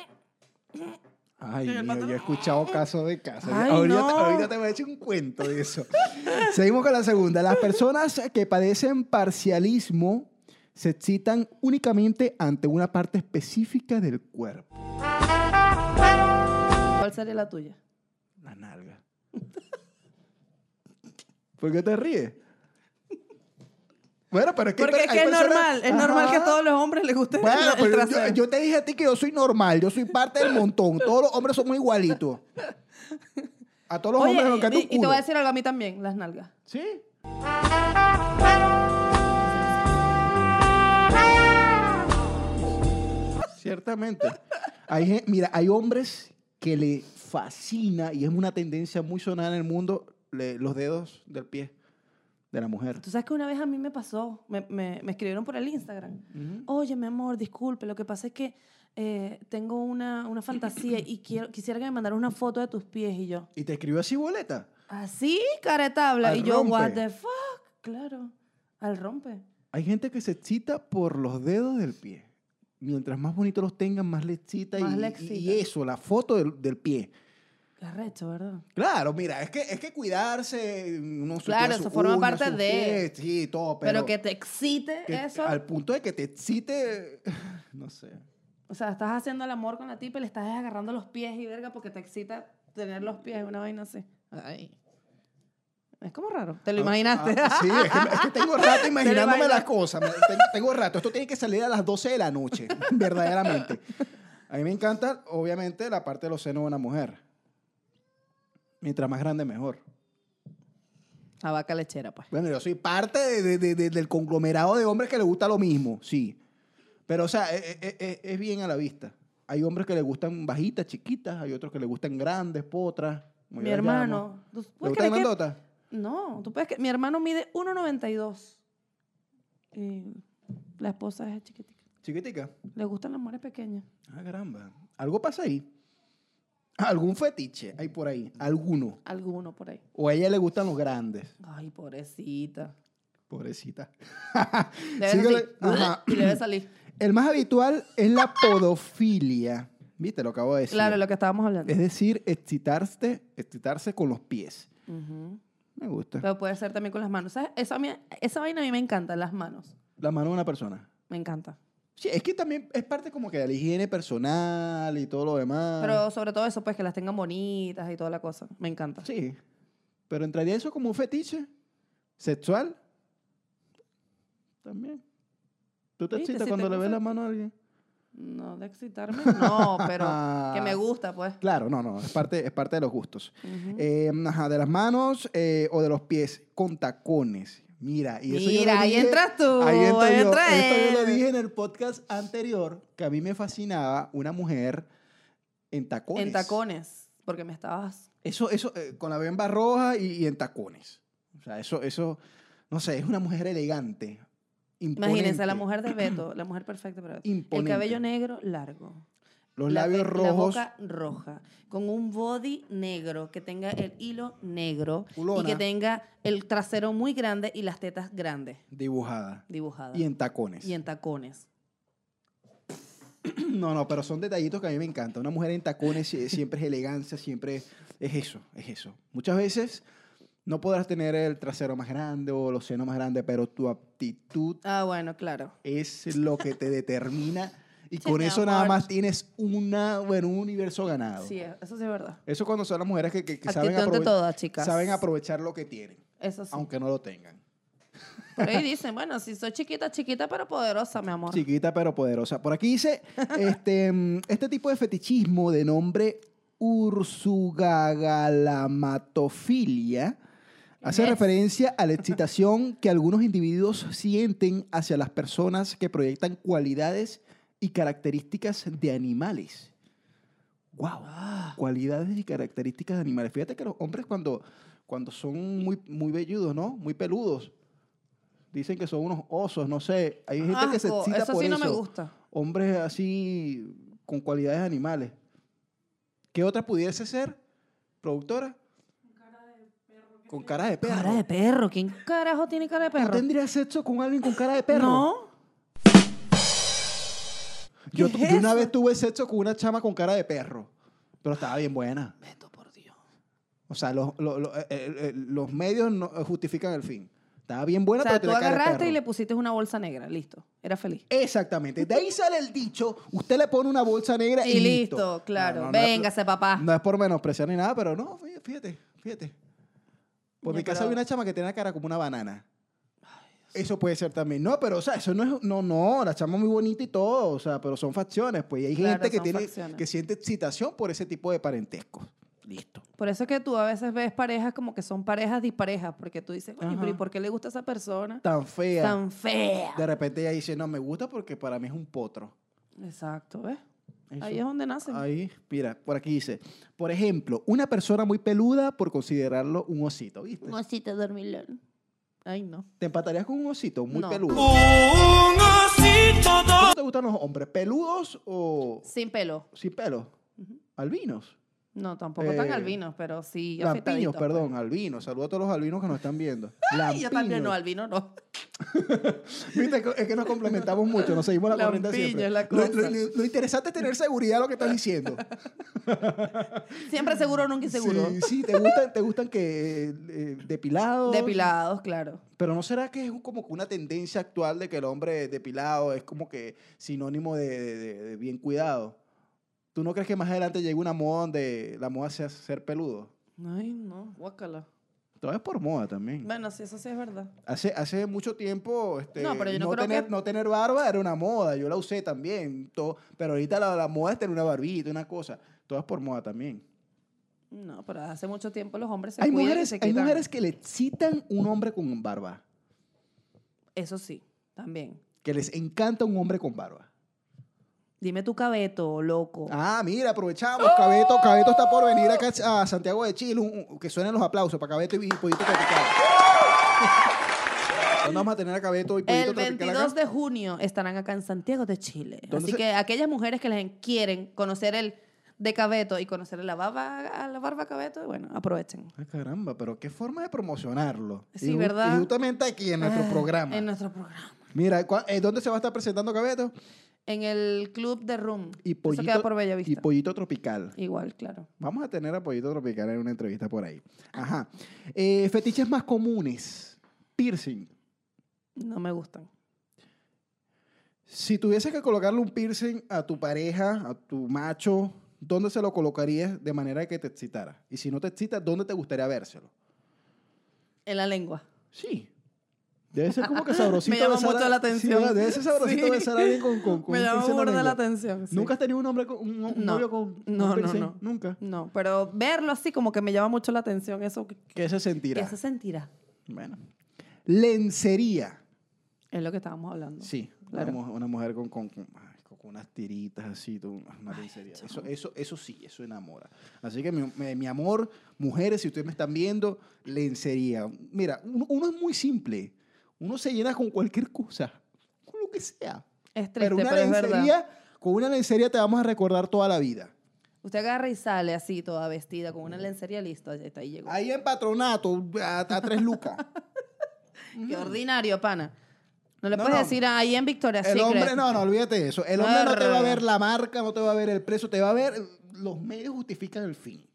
Speaker 1: Ay,
Speaker 2: En el
Speaker 1: mío, yo he
Speaker 2: pantalón.
Speaker 1: escuchado casos de casos.
Speaker 2: Ay,
Speaker 1: ahorita,
Speaker 2: no.
Speaker 1: ahorita te voy a echar un cuento de eso. (laughs) Seguimos con la segunda. Las personas que padecen parcialismo se excitan únicamente ante una parte específica del cuerpo.
Speaker 2: ¿Cuál sería la tuya?
Speaker 1: La nalga. (laughs) ¿Por qué te ríes? Bueno, pero es que... hay
Speaker 2: Porque
Speaker 1: per-
Speaker 2: es que es
Speaker 1: hay personas-
Speaker 2: normal, es normal que a
Speaker 1: Ajá.
Speaker 2: todos los hombres les guste el-
Speaker 1: Bueno,
Speaker 2: el,
Speaker 1: pero yo,
Speaker 2: trasero.
Speaker 1: yo te dije a ti que yo soy normal, yo soy parte del montón. Todos los hombres somos igualitos. A todos los
Speaker 2: Oye,
Speaker 1: hombres nos encanta
Speaker 2: y,
Speaker 1: un
Speaker 2: y te
Speaker 1: culo.
Speaker 2: voy a decir algo a mí también, las nalgas.
Speaker 1: Sí. Ciertamente. Hay, gen- mira, hay hombres que le fascina, y es una tendencia muy sonada en el mundo, le- los dedos del pie de la mujer.
Speaker 2: Tú sabes que una vez a mí me pasó, me, me- me escribieron por el Instagram.
Speaker 1: Ujú.
Speaker 2: Oye, mi amor, disculpe, lo que pasa es que eh, tengo una, una fantasía y quiero, quisiera que me mandaras una foto de tus pies y yo.
Speaker 1: Y te escribió así boleta.
Speaker 2: Así, caretabla.
Speaker 1: Al
Speaker 2: y yo, what
Speaker 1: rompe.
Speaker 2: the fuck? Claro, al rompe.
Speaker 1: Hay gente que se excita por los dedos del pie. Mientras más bonitos los tengan, más le excita.
Speaker 2: Más
Speaker 1: y,
Speaker 2: le
Speaker 1: y-
Speaker 2: excita.
Speaker 1: y eso, la foto del, del pie.
Speaker 2: Qué arrecho, ¿verdad?
Speaker 1: Claro, mira, es que, es que cuidarse, uno se
Speaker 2: Claro,
Speaker 1: cuida
Speaker 2: eso
Speaker 1: sus
Speaker 2: forma
Speaker 1: uñas,
Speaker 2: parte
Speaker 1: sus
Speaker 2: de-
Speaker 1: pies, sí, todo, pero,
Speaker 2: Pero, que te excite
Speaker 1: que
Speaker 2: eso.
Speaker 1: al punto de que te excite, (laughs) no sé.
Speaker 2: O sea, estás haciendo el amor con la tipa y le estás agarrando los pies y verga porque te excita tener los pies, una vaina así. Ay. Es como raro. ¿Te lo imaginaste?
Speaker 1: Ah, sí, es que, es que tengo rato imaginándome
Speaker 2: imaginas?
Speaker 1: las cosas. me- ten- Tengo rato. Esto tiene que salir a las 12 de la noche, (laughs) verdaderamente. A mí me encanta, obviamente, la parte de los senos de una mujer. Mientras más grande, mejor.
Speaker 2: (laughs) La vaca lechera, pues.
Speaker 1: Bueno, yo soy parte de- de- de- de- del conglomerado de hombres que les gusta lo mismo, sí. Pero, o sea, e- e- e- es, bien a la vista. Hay hombres que les gustan bajitas, chiquitas, hay otros que les gustan grandes, potras. como yo
Speaker 2: Mi
Speaker 1: las llamo.
Speaker 2: hermano. ¿tú
Speaker 1: ¿Le
Speaker 2: puedes
Speaker 1: gustan
Speaker 2: creer que-
Speaker 1: grandotas?
Speaker 2: No, tú puedes que mi hermano mide 1.92. Y la esposa es chiquitica.
Speaker 1: Chiquitica.
Speaker 2: Le gustan las mujeres pequeñas.
Speaker 1: Ah, caramba. Algo pasa ahí. (laughs) Algún fetiche hay por ahí. Alguno.
Speaker 2: Alguno por ahí.
Speaker 1: O a ella le gustan los grandes.
Speaker 2: Ay, pobrecita.
Speaker 1: Pobrecita.
Speaker 2: Debe
Speaker 1: Síguele.
Speaker 2: salir.
Speaker 1: Ajá.
Speaker 2: (clears throat) Y le debe salir.
Speaker 1: El más habitual es la podofilia. ¿Viste? Lo acabo de decir.
Speaker 2: Claro, lo que estábamos hablando.
Speaker 1: Es decir, excitarse, excitarse con los pies.
Speaker 2: Ujú.
Speaker 1: Me gusta.
Speaker 2: Pero puede ser también con las manos. ¿Sabes? Eso a mí- esa vaina a mí me encanta, las manos.
Speaker 1: La mano de una persona.
Speaker 2: Me encanta.
Speaker 1: Sí, es que también es parte como que de la higiene personal y todo lo demás.
Speaker 2: Pero sobre todo eso, pues que las tengan bonitas y toda la cosa. Me encanta.
Speaker 1: Sí. Pero entraría eso como un fetiche sexual. También. ¿Tú te
Speaker 2: ¿Viste?
Speaker 1: excitas
Speaker 2: Si
Speaker 1: cuando
Speaker 2: te
Speaker 1: le ves
Speaker 2: gusta-
Speaker 1: la mano a alguien?
Speaker 2: No, de (laughs) excitarme, no, pero
Speaker 1: Ah.
Speaker 2: que me gusta, pues.
Speaker 1: Claro, no, no. Es parte, es parte de los gustos.
Speaker 2: Ujú.
Speaker 1: Eh, ajá, de las manos eh, o de los pies con tacones. Mira, y eso yo lo
Speaker 2: Mira, ahí
Speaker 1: dije-
Speaker 2: entras tú,
Speaker 1: Ahí entro
Speaker 2: ahí
Speaker 1: yo.
Speaker 2: entra
Speaker 1: Esto yo lo
Speaker 2: él.
Speaker 1: dije en el podcast anterior, que a mí me fascinaba una mujer en tacones.
Speaker 2: En tacones, porque me estabas.
Speaker 1: Eso, eso, eh, con la bemba roja y, y en tacones. O sea, eso, eso, no sé, es una mujer elegante. Imponente,
Speaker 2: Imagínense, la mujer
Speaker 1: (clears throat)
Speaker 2: de Beto, la mujer perfecta para Beto. El
Speaker 1: Imponente.
Speaker 2: cabello negro largo.
Speaker 1: Los
Speaker 2: la
Speaker 1: labios
Speaker 2: fe- La
Speaker 1: rojos.
Speaker 2: boca roja. Con un body negro que tenga el hilo negro y
Speaker 1: Culona.
Speaker 2: que tenga el trasero muy grande y las tetas grandes
Speaker 1: Dibujada.
Speaker 2: dibujadas.
Speaker 1: Y en tacones.
Speaker 2: Y en tacones.
Speaker 1: (clears throat) No, no, pero son detallitos que a mí me encanta. Una mujer en tacones sie- siempre es elegancia, siempre es- es eso, es eso. Muchas veces no podrás tener el trasero más grande o los senos más grandes, pero tu aptitud
Speaker 2: Ah, bueno, claro.
Speaker 1: es lo que te determina y
Speaker 2: Sí,
Speaker 1: con
Speaker 2: mi
Speaker 1: eso nada
Speaker 2: amor.
Speaker 1: más tienes una, bueno, un universo ganado.
Speaker 2: Sí, eso sí es verdad.
Speaker 1: Eso cuando son las mujeres que, que- que saben,
Speaker 2: Actitud ante
Speaker 1: aprove-
Speaker 2: todo, chicas.
Speaker 1: saben aprovechar lo que tienen,
Speaker 2: Eso sí.
Speaker 1: aunque no lo tengan.
Speaker 2: Por ahí dicen, bueno, si soy chiquita, chiquita, pero poderosa, mi amor.
Speaker 1: Chiquita pero poderosa. Por aquí
Speaker 2: (laughs)
Speaker 1: dice, este, mm, este tipo de fetichismo de nombre ursugagalamatofilia hace
Speaker 2: ¿Qué es?
Speaker 1: referencia
Speaker 2: (laughs)
Speaker 1: a la excitación que algunos individuos sienten hacia las personas que proyectan cualidades y características de animales. ¡Wow!
Speaker 2: Ah.
Speaker 1: Cualidades y características de animales. Fíjate que los hombres cuando, cuando son muy, muy velludos, ¿no? Muy peludos, dicen que son unos osos, no sé. Hay gente que se
Speaker 2: Asco,
Speaker 1: excita
Speaker 2: eso
Speaker 1: por
Speaker 2: sí
Speaker 1: eso.
Speaker 2: no me gusta.
Speaker 1: Hombres así con cualidades animales. ¿Qué otra pudiese ser, productora? Con cara de perro.
Speaker 2: Cara de perro. ¿Quién carajo tiene cara de
Speaker 1: ¿Tú
Speaker 2: perro?
Speaker 1: tendrías sexo con alguien con cara de perro?
Speaker 2: No.
Speaker 1: Yo,
Speaker 2: ¿Qué
Speaker 1: tu-
Speaker 2: es
Speaker 1: yo una
Speaker 2: eso?
Speaker 1: vez tuve sexo con una chama con cara de perro, pero estaba bien buena.
Speaker 2: Beto, por Dios.
Speaker 1: O sea, los, los- los- eh, eh, eh, los medios no eh, justifican el fin. Estaba bien
Speaker 2: o
Speaker 1: buena,
Speaker 2: sea,
Speaker 1: pero
Speaker 2: tú
Speaker 1: tenía cara de
Speaker 2: agarraste
Speaker 1: perro.
Speaker 2: y le pusiste una bolsa negra. Listo. Era feliz.
Speaker 1: Exactamente. De ahí sale el dicho, usted le pone una bolsa negra y,
Speaker 2: Y listo, claro. ah.
Speaker 1: No, no, no es-
Speaker 2: Véngase, papá.
Speaker 1: No es por menospreciar ni nada, pero no, fí- fíjate, fíjate. Por
Speaker 2: Ya,
Speaker 1: mi casa
Speaker 2: pero-
Speaker 1: había una chama que tenía cara como una banana. Eso puede ser también. No, pero, o sea, eso no es. No, no, la chama es muy bonita y todo, o sea, pero son facciones, pues. Y hay
Speaker 2: Claro,
Speaker 1: gente que,
Speaker 2: son
Speaker 1: tiene,
Speaker 2: facciones.
Speaker 1: que siente excitación por ese tipo de parentescos. Listo.
Speaker 2: Por eso es que tú a veces ves parejas como que son parejas disparejas. Porque tú dices, coño, pero ¿y
Speaker 1: Ajá.
Speaker 2: por qué le gusta a esa persona
Speaker 1: Tan fea.
Speaker 2: tan fea?
Speaker 1: De repente ella dice, no, me gusta porque para mí es un potro.
Speaker 2: Exacto, ¿ves?
Speaker 1: Eso.
Speaker 2: Ahí es donde nacen.
Speaker 1: Ahí, mira, por aquí dice, por ejemplo, una persona muy peluda por considerarlo un osito, ¿viste?
Speaker 2: Un osito dormilón. Ay, no.
Speaker 1: ¿Te empatarías con un osito muy
Speaker 2: No.
Speaker 1: peludo?
Speaker 3: Un osito
Speaker 1: ¿Cómo te gustan los hombres? ¿Peludos o
Speaker 2: Sin pelo.
Speaker 1: sin pelo?
Speaker 2: Ujú.
Speaker 1: Albinos.
Speaker 2: No, tampoco tan
Speaker 1: Eh,
Speaker 2: albinos, pero sí. afeitadito,
Speaker 1: Lampiños,
Speaker 2: pues.
Speaker 1: perdón, albinos. Saludos a todos los albinos que nos están viendo.
Speaker 2: Ay, (laughs) yo también no,
Speaker 1: Lampiños.
Speaker 2: albino no. (laughs)
Speaker 1: Viste, que- es que nos complementamos mucho, nos seguimos la corriente
Speaker 2: Lampiño
Speaker 1: siempre.
Speaker 2: es la
Speaker 1: Lo- Lo,
Speaker 2: cosa.
Speaker 1: lo- lo interesante es tener seguridad de lo que estás diciendo.
Speaker 2: Siempre (laughs) seguro, nunca inseguro.
Speaker 1: Sí, sí, te gustan, te gustan que eh, depilados.
Speaker 2: Depilados, claro.
Speaker 1: Pero ¿no será que es un- como que una tendencia actual de que el hombre depilado es como que sinónimo de, de- de- de bien cuidado? ¿Tú no crees que más adelante llegue una moda donde la moda sea ser peludo?
Speaker 2: Ay, no, guácala.
Speaker 1: Todo es por moda también.
Speaker 2: Bueno, sí, eso sí es verdad.
Speaker 1: Hace, hace mucho tiempo este,
Speaker 2: No, pero yo no creo
Speaker 1: tener,
Speaker 2: que-
Speaker 1: no tener barba era una moda. Yo la usé también. todo- pero ahorita la, la moda es tener una barbita, una cosa. Todo es por moda también.
Speaker 2: No, pero hace mucho tiempo los hombres se
Speaker 1: Hay
Speaker 2: cuidan y
Speaker 1: mujeres,
Speaker 2: se
Speaker 1: hay
Speaker 2: quitan.
Speaker 1: mujeres que le excitan un hombre con barba.
Speaker 2: Eso sí, también.
Speaker 1: Que les encanta un hombre con barba.
Speaker 2: Dime tu cabeto, loco.
Speaker 1: Ah, mira, aprovechamos.
Speaker 2: ¡Oh!
Speaker 1: Cabeto, Cabeto está por venir acá a Santiago de Chile. Un- un- que suenen los aplausos para Cabeto y Pollito
Speaker 2: (laughs)
Speaker 1: Tropical. ¿Dónde vamos a tener a Cabeto y Pollito
Speaker 2: El
Speaker 1: Tropical
Speaker 2: 22
Speaker 1: acá?
Speaker 2: de junio estarán acá en Santiago de Chile.
Speaker 1: ¿Dónde
Speaker 2: Así
Speaker 1: se-
Speaker 2: que aquellas mujeres que les quieren conocer el de cabeto y conocer la barba, la barba cabeto, bueno, aprovechen.
Speaker 1: Ah, caramba, pero qué forma de promocionarlo.
Speaker 2: Sí,
Speaker 1: ju-
Speaker 2: ¿verdad?
Speaker 1: Y justamente aquí en nuestro
Speaker 2: Ah,
Speaker 1: programa.
Speaker 2: En nuestro programa.
Speaker 1: Mira, ¿cuá- eh, ¿dónde se va a estar presentando Cabeto?
Speaker 2: En el club de Room.
Speaker 1: Y Pollito,
Speaker 2: Eso queda por Bellavista.
Speaker 1: Y Pollito Tropical.
Speaker 2: Igual, claro.
Speaker 1: Vamos a tener a Pollito Tropical en una entrevista por ahí. Ajá. Eh, fetiches más comunes. Piercing.
Speaker 2: No me gustan.
Speaker 1: Si tuvieses que colocarle un piercing a tu pareja, a tu macho, ¿dónde se lo colocarías de manera que te excitara? Y si no te excita, ¿dónde te gustaría vérselo?
Speaker 2: En la lengua.
Speaker 1: Sí. Debe ser como que sabrosito
Speaker 2: (laughs) Me llamó
Speaker 1: besar a-
Speaker 2: mucho la
Speaker 1: Sí,
Speaker 2: atención.
Speaker 1: ¿verdad? debe ser sabrosito
Speaker 2: Sí.
Speaker 1: besar a alguien con, con,
Speaker 2: (laughs)
Speaker 1: con
Speaker 2: Me
Speaker 1: un
Speaker 2: llama
Speaker 1: piercing en la
Speaker 2: burda la
Speaker 1: lengua.
Speaker 2: atención. sí.
Speaker 1: ¿Nunca has tenido un hombre con un, un
Speaker 2: No.
Speaker 1: novio con con
Speaker 2: No, no,
Speaker 1: piercing?
Speaker 2: no.
Speaker 1: Nunca.
Speaker 2: No, pero verlo así como que me llama mucho la atención eso. que-
Speaker 1: ¿Qué se sentirá?
Speaker 2: ¿Qué se sentirá?
Speaker 1: Bueno. Lencería.
Speaker 2: Es lo que estábamos hablando.
Speaker 1: Sí,
Speaker 2: claro.
Speaker 1: una, mu- una mujer con, con, con- ay, con- con unas tiritas así, tú, una lencería. Eso,
Speaker 2: chamo.
Speaker 1: eso, eso sí, eso enamora. Así que mi, mi- mi amor, mujeres, si ustedes me están viendo, lencería. Mira, uno, uno es muy simple. Uno se llena con cualquier cosa, con lo que sea.
Speaker 2: Es triste,
Speaker 1: pero
Speaker 2: pero,
Speaker 1: una
Speaker 2: es verdad.
Speaker 1: lencería, con una lencería te vamos a recordar toda la vida.
Speaker 2: Usted agarra y sale así, toda vestida, con
Speaker 1: Mm.
Speaker 2: una lencería, listo, ahí está, ahí llegó.
Speaker 1: Ahí en patronato, a, a tres lucas.
Speaker 2: Qué ordinario, pana. No le
Speaker 1: mm. No,
Speaker 2: puedes
Speaker 1: no.
Speaker 2: decir "Ah, ahí en Victoria's
Speaker 1: El
Speaker 2: Secret.
Speaker 1: hombre, no, no, olvídate de eso. El hombre no te va a
Speaker 2: Arre.
Speaker 1: ver la marca, no te va a ver el precio, te va a ver. Los medios justifican el fin.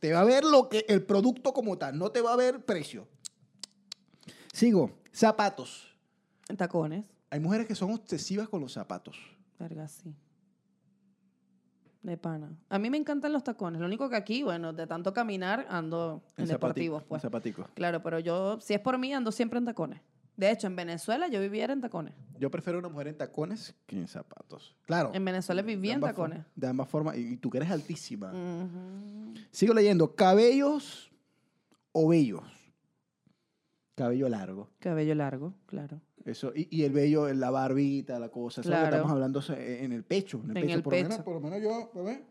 Speaker 1: Te va a ver lo que, el producto como tal, no te va a ver precio. Sigo. Zapatos.
Speaker 2: En tacones.
Speaker 1: Hay mujeres que son obsesivas con los zapatos.
Speaker 2: Verga, sí. De pana. A mí me encantan los tacones. Lo único que aquí, bueno, de tanto caminar, ando en, deportivos, pues.
Speaker 1: Zapaticos.
Speaker 2: Claro, pero yo, si es por mí, ando siempre en tacones. De hecho, en Venezuela yo vivía era en tacones.
Speaker 1: Yo prefiero una mujer en tacones que en zapatos. Claro.
Speaker 2: En Venezuela viví
Speaker 1: de
Speaker 2: en
Speaker 1: ambas for-
Speaker 2: tacones. Mm.
Speaker 1: De ambas formas. Y, y tú que eres altísima.
Speaker 2: Ujú.
Speaker 1: Sigo leyendo. Cabellos o vellos. Cabello largo.
Speaker 2: Cabello largo, claro.
Speaker 1: Eso, y, y el vello, la barbita, la cosa, eso es lo que
Speaker 2: Claro.
Speaker 1: estamos hablando se- en el pecho. En el
Speaker 2: En
Speaker 1: pecho,
Speaker 2: el
Speaker 1: por, Lo menos,
Speaker 2: pecho.
Speaker 1: por lo menos yo, a ver,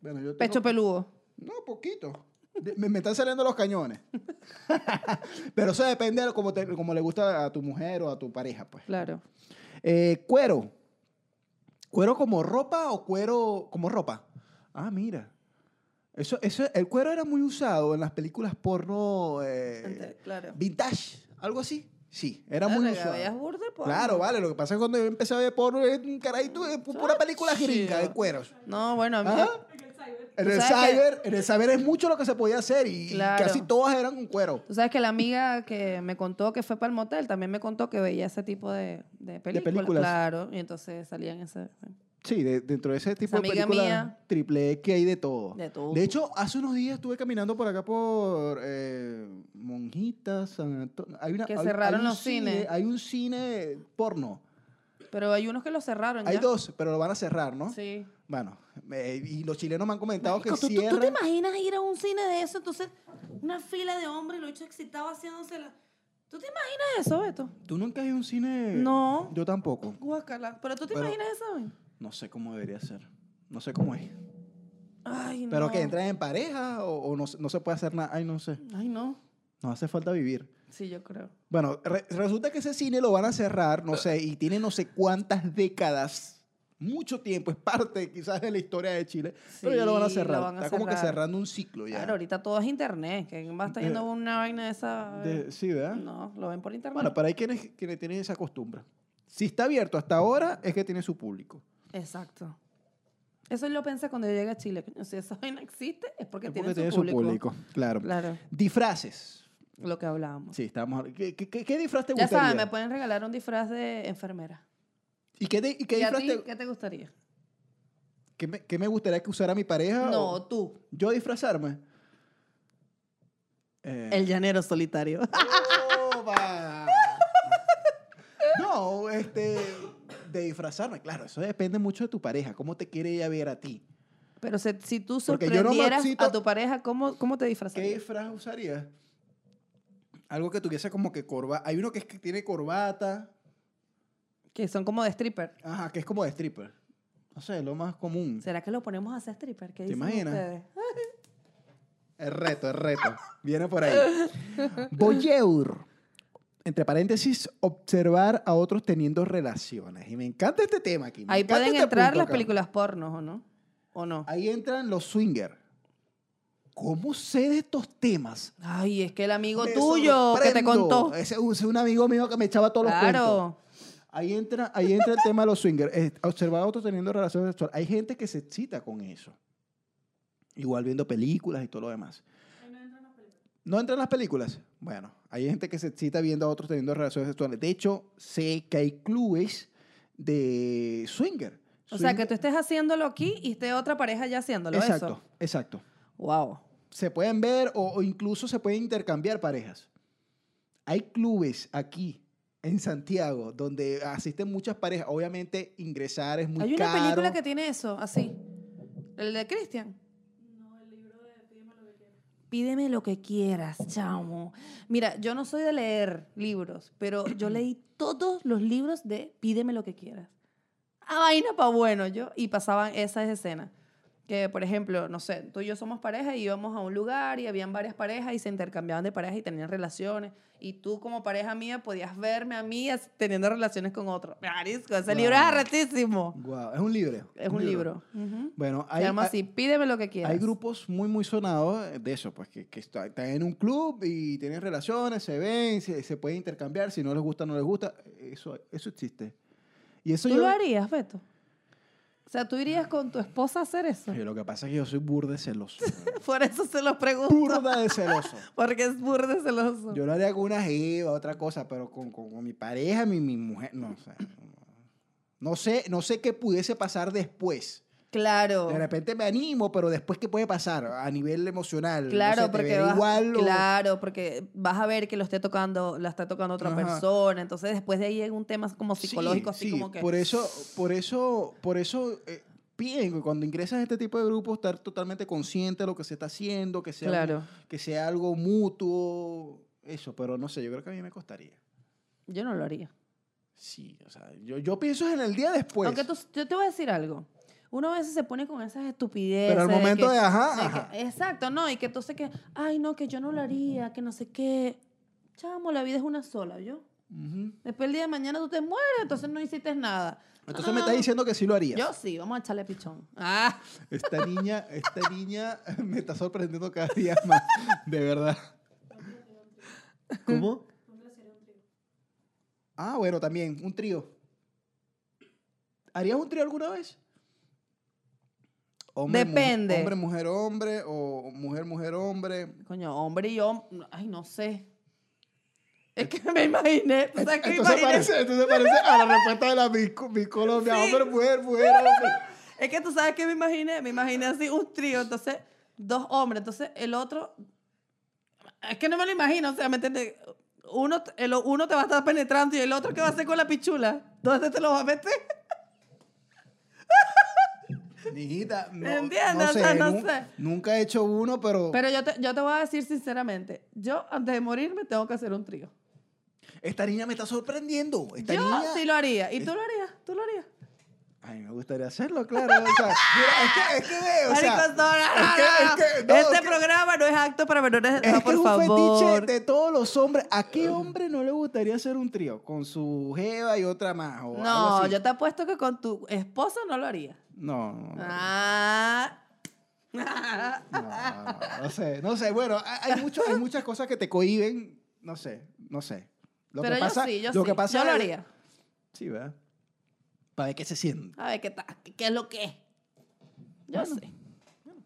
Speaker 1: bueno, yo
Speaker 2: Pecho
Speaker 1: tengo-
Speaker 2: peludo.
Speaker 1: No, poquito. De- me, me están saliendo los cañones. (laughs) Pero eso depende de cómo, te- cómo le gusta a tu mujer o a tu pareja, pues.
Speaker 2: Claro.
Speaker 1: Eh, cuero. ¿Cuero como ropa o cuero como ropa? Ah, mira. Eso, eso, el cuero era muy usado en las películas porno eh,
Speaker 2: Ente- claro.
Speaker 1: vintage, algo así. Sí, era muy
Speaker 2: Verga,
Speaker 1: usado.
Speaker 2: veías burda, pues.
Speaker 1: Claro, vale. Lo que pasa es que cuando yo empecé a ver porno, es un carajito, es pu- pura película gringa de cueros.
Speaker 2: No, bueno, a mí.
Speaker 1: Ajá. En
Speaker 2: Tú
Speaker 1: el
Speaker 2: sabes que-
Speaker 1: cyber, en el cyber es mucho lo que se podía hacer y
Speaker 2: Claro.
Speaker 1: casi todas eran con cuero.
Speaker 2: Tú sabes que la amiga que me contó que fue para el motel también me contó que veía ese tipo de, de películas.
Speaker 1: películas.
Speaker 2: Claro, y entonces salían ese.
Speaker 1: Sí, de- dentro de ese tipo
Speaker 2: Esa
Speaker 1: de
Speaker 2: amiga
Speaker 1: películas
Speaker 2: mía-
Speaker 1: triple X que hay de todo.
Speaker 2: De todo.
Speaker 1: De hecho, hace unos días estuve caminando por acá por eh, Monjitas, San Antonio. Hay una,
Speaker 2: Que
Speaker 1: hay-
Speaker 2: cerraron
Speaker 1: hay un
Speaker 2: los
Speaker 1: cine-
Speaker 2: cines.
Speaker 1: Hay un cine porno.
Speaker 2: Pero hay unos que lo cerraron.
Speaker 1: Hay
Speaker 2: ya.
Speaker 1: dos, pero lo van a cerrar, ¿no?
Speaker 2: Sí.
Speaker 1: Bueno, eh, y los chilenos me han comentado
Speaker 2: Marico,
Speaker 1: que
Speaker 2: ¿tú, tú- tú
Speaker 1: cierran.
Speaker 2: te imaginas ir a un cine de eso? Entonces, una fila de hombres, lo hecho excitado haciéndose la. ¿Tú te imaginas eso, Beto?
Speaker 1: ¿Tú nunca has ido a un cine?
Speaker 2: No.
Speaker 1: Yo tampoco.
Speaker 2: Guácala. Pero tú te
Speaker 1: Mm. Pero-
Speaker 2: imaginas eso, güey?
Speaker 1: No sé cómo debería ser. No sé cómo es.
Speaker 2: Ay, no.
Speaker 1: Pero que entran en pareja o, o no, se- no se puede hacer nada. Ay, no sé.
Speaker 2: Ay, no.
Speaker 1: Nos hace falta vivir.
Speaker 2: Sí, yo creo.
Speaker 1: Bueno, re- resulta que ese cine lo van a cerrar, no sé, y tiene no sé cuántas décadas. Mucho tiempo, es parte quizás de la historia de Chile. pero ya lo van a
Speaker 2: Sí,
Speaker 1: cerrar.
Speaker 2: lo van a
Speaker 1: Está como que
Speaker 2: cerrar.
Speaker 1: cerrando un ciclo ya.
Speaker 2: Claro, ahorita todo es internet. Que va a estar
Speaker 1: De-
Speaker 2: yendo a una vaina de esa.
Speaker 1: De- sí, ¿verdad?
Speaker 2: No, lo ven por internet.
Speaker 1: Bueno, pues. pero hay quienes, quienes tienen esa costumbre. Si está abierto hasta ahora, es que tiene su público.
Speaker 2: Exacto. Eso lo pensé cuando yo llegué a Chile. coño, si esa (laughs) vaina existe, es porque,
Speaker 1: Es
Speaker 2: tiene, su,
Speaker 1: porque tiene su
Speaker 2: público.
Speaker 1: público. Claro.
Speaker 2: Claro,
Speaker 1: Disfraces.
Speaker 2: lo que hablábamos.
Speaker 1: Sí, estábamos. ¿Qué, qué, qué- qué disfraz te
Speaker 2: Ya
Speaker 1: gustaría?
Speaker 2: saben, me pueden regalar un disfraz de enfermera.
Speaker 1: ¿Y qué, de- y qué
Speaker 2: ¿Y a
Speaker 1: disfraz
Speaker 2: ti
Speaker 1: te-
Speaker 2: qué te gustaría?
Speaker 1: qué me, qué me gustaría que usara mi pareja?
Speaker 2: No,
Speaker 1: o
Speaker 2: tú.
Speaker 1: ¿Yo disfrazarme? Eh,
Speaker 2: El llanero
Speaker 1: (laughs)
Speaker 2: solitario.
Speaker 1: ¡opa! no, este. De disfrazarme, claro, eso depende mucho de tu pareja, cómo te quiere ella ver a ti.
Speaker 2: Pero se- si tú
Speaker 1: Porque yo no me
Speaker 2: sorprendieras
Speaker 1: excito-
Speaker 2: a tu pareja, ¿cómo, cómo te
Speaker 1: ¿Qué
Speaker 2: disfrazarías?
Speaker 1: disfraz usarías? Algo que tuviese como que corbata. Hay uno que, es que tiene corbata,
Speaker 2: Que son como de stripper.
Speaker 1: ajá, que es como de stripper. No sé, lo más común.
Speaker 2: ¿Será que lo ponemos a hacer stripper? ¿Qué
Speaker 1: ¿Te
Speaker 2: dicen
Speaker 1: imaginas?
Speaker 2: ustedes?
Speaker 1: El reto, el reto. Viene
Speaker 2: (laughs)
Speaker 1: por ahí. Voyeur. Entre paréntesis, observar a otros teniendo relaciones. Y me encanta este tema aquí. me
Speaker 2: Ahí
Speaker 1: encanta
Speaker 2: pueden
Speaker 1: este
Speaker 2: entrar
Speaker 1: punto
Speaker 2: las
Speaker 1: acá.
Speaker 2: películas pornos, ¿o no? ¿O no?
Speaker 1: Ahí entran los swingers. ¿Cómo sé de estos temas?
Speaker 2: Ay, es que el amigo
Speaker 1: Me
Speaker 2: tuyo que te
Speaker 1: sorprendo.
Speaker 2: contó.
Speaker 1: Ese es un- es un amigo mío que me echaba todos los cuentos.
Speaker 2: Claro.
Speaker 1: Ahí entra, ahí entra el tema de los swingers. Es observar a otros teniendo relaciones sexuales. Hay gente que se excita con eso. Igual viendo películas y todo lo demás. ¿No entran las películas? Bueno, hay gente que se excita viendo a otros teniendo relaciones sexuales. De hecho, sé que hay clubes de swinger.
Speaker 2: O sea, que
Speaker 1: Swinger-
Speaker 2: tú estés haciéndolo aquí y esté otra pareja ya haciéndolo.
Speaker 1: Exacto,
Speaker 2: Eso.
Speaker 1: exacto.
Speaker 2: Wow.
Speaker 1: Se pueden ver o, o incluso se pueden intercambiar parejas. Hay clubes aquí en Santiago donde asisten muchas parejas. Obviamente ingresar es muy
Speaker 2: Hay una
Speaker 1: caro.
Speaker 2: película que tiene eso, así. El de Cristian. Pídeme lo que quieras, chamo. Mira, yo no soy de leer libros, pero yo leí todos los libros de Pídeme lo que quieras. Ah, vaina pa' bueno, yo. Y pasaban esas escenas. Que, por ejemplo, no sé, tú y yo somos pareja y íbamos a un lugar y habían varias parejas y se intercambiaban de parejas y tenían relaciones. Y tú, como pareja mía, podías verme a mí as- teniendo relaciones con otro. Marisco, ese libro es
Speaker 1: Guau.
Speaker 2: arretísimo.
Speaker 1: Guau, es un libro.
Speaker 2: Es un libro. Ujú.
Speaker 1: Bueno,
Speaker 2: Se
Speaker 1: hay,
Speaker 2: llama
Speaker 1: hay-
Speaker 2: así, pídeme lo que quieras.
Speaker 1: hay grupos muy, muy sonados de eso, pues que, que está- están en un club y tienen relaciones, se ven, se, se pueden intercambiar, si no les gusta, no les gusta. Eso, eso existe. Y eso
Speaker 2: ¿Tú
Speaker 1: yo-
Speaker 2: lo harías, Beto? O sea, ¿tú irías con tu esposa a hacer eso?
Speaker 1: Oye, lo que pasa es que yo soy burde celoso. weón.
Speaker 2: (laughs) Por eso se los pregunto.
Speaker 1: burda de celoso.
Speaker 2: Porque es burda y celoso.
Speaker 1: Yo lo haría con una jeva, otra cosa, pero con, con- con mi pareja, mi, mi mujer, no, o sea, no sé, no sé qué pudiese pasar después.
Speaker 2: Claro.
Speaker 1: De repente me animo, pero después qué puede pasar a nivel emocional. No
Speaker 2: Claro,
Speaker 1: sé, ¿te
Speaker 2: porque
Speaker 1: veré
Speaker 2: vas,
Speaker 1: igual o-
Speaker 2: claro, porque vas a ver que lo esté tocando, la está tocando otra
Speaker 1: Ajá.
Speaker 2: persona, entonces después de ahí es un tema como
Speaker 1: Sí,
Speaker 2: psicológico, así
Speaker 1: sí,
Speaker 2: como que
Speaker 1: Por eso, por eso, por eso eh, piden que cuando ingresas a este tipo de grupos estar totalmente consciente de lo que se está haciendo, que sea, un-
Speaker 2: Claro.
Speaker 1: que sea algo mutuo, eso, pero no sé, yo creo que a mí me costaría.
Speaker 2: yo no lo haría.
Speaker 1: Sí, o sea, yo, yo pienso en el día después.
Speaker 2: Aunque tú, yo te voy a decir algo. Uno a veces se pone con esas estupideces.
Speaker 1: Pues. Pero al momento
Speaker 2: que-
Speaker 1: de ajá,
Speaker 2: que- eh,
Speaker 1: ajá.
Speaker 2: exacto, no. Y que entonces que, ay, no, que yo no lo haría, que no sé qué. Chamo, la vida es una sola, ¿yo?
Speaker 1: Ujú.
Speaker 2: Después el día de mañana tú te mueres, entonces no hiciste nada.
Speaker 1: Entonces me
Speaker 2: Ah,
Speaker 1: estás diciendo que sí lo harías.
Speaker 2: Yo sí, vamos a echarle pichón. Ah,
Speaker 1: Esta niña, esta niña (laughs) me está sorprendiendo cada día más, de verdad. ¿Cómo? Ah, bueno, también, un trío. ¿Harías un trío alguna vez? Hombre, mujer-
Speaker 2: Depende.
Speaker 1: hombre, mujer, hombre, o mujer, mujer, hombre.
Speaker 2: coño, hombre y yo, ay, no sé. Es que me imaginé, o sea, que me
Speaker 1: Entonces
Speaker 2: imaginé-
Speaker 1: parece, entonces parece a la respuesta de la mi, mi Colombia,
Speaker 2: Sí.
Speaker 1: hombre, mujer, mujer, hombre.
Speaker 2: Es que tú sabes que me imaginé, me imaginé así un trío, entonces dos hombres, entonces el otro, es que no me lo imagino, o sea, ¿me entiendes? Uno, el, uno te va a estar penetrando y el otro qué va a hacer con la pichula, ¿dónde te lo va a meter?
Speaker 1: Mijita, no,
Speaker 2: Entiendo,
Speaker 1: no
Speaker 2: o
Speaker 1: sé,
Speaker 2: sea, no
Speaker 1: nu-
Speaker 2: sé.
Speaker 1: nunca he hecho uno, pero...
Speaker 2: Pero yo te, yo te voy a decir sinceramente, yo antes de morirme tengo que hacer un trío.
Speaker 1: Esta niña me está sorprendiendo. Esta
Speaker 2: Yo
Speaker 1: niña.
Speaker 2: sí lo haría, y tú lo harías, tú lo harías.
Speaker 1: A mí me gustaría hacerlo, claro. O sea, mira, es que, es que veo, o sea,
Speaker 2: Marico, no, no,
Speaker 1: es que-
Speaker 2: no,
Speaker 1: es que-
Speaker 2: no.
Speaker 1: no,
Speaker 2: este
Speaker 1: es que-
Speaker 2: programa no es acto para menores de
Speaker 1: es
Speaker 2: edad,
Speaker 1: que es
Speaker 2: por
Speaker 1: un
Speaker 2: favor.
Speaker 1: fetiche de todos los hombres. ¿A qué hombre no le gustaría hacer un trío? Con su jeva y otra más. o algo
Speaker 2: No,
Speaker 1: así.
Speaker 2: yo te apuesto que con tu esposa no lo haría.
Speaker 1: No, no, no,
Speaker 2: Ah. (laughs)
Speaker 1: no, no sé, no sé. Bueno, hay, hay mucho- hay muchas cosas que te cohiben. No sé, no sé. Lo
Speaker 2: Pero
Speaker 1: que pasa,
Speaker 2: yo sí, yo
Speaker 1: lo
Speaker 2: sí.
Speaker 1: Que pasa
Speaker 2: yo lo
Speaker 1: es-
Speaker 2: haría.
Speaker 1: Sí, ¿verdad? Para ver qué se siente.
Speaker 2: A ver qué tal, qué es lo que es. Yo sé.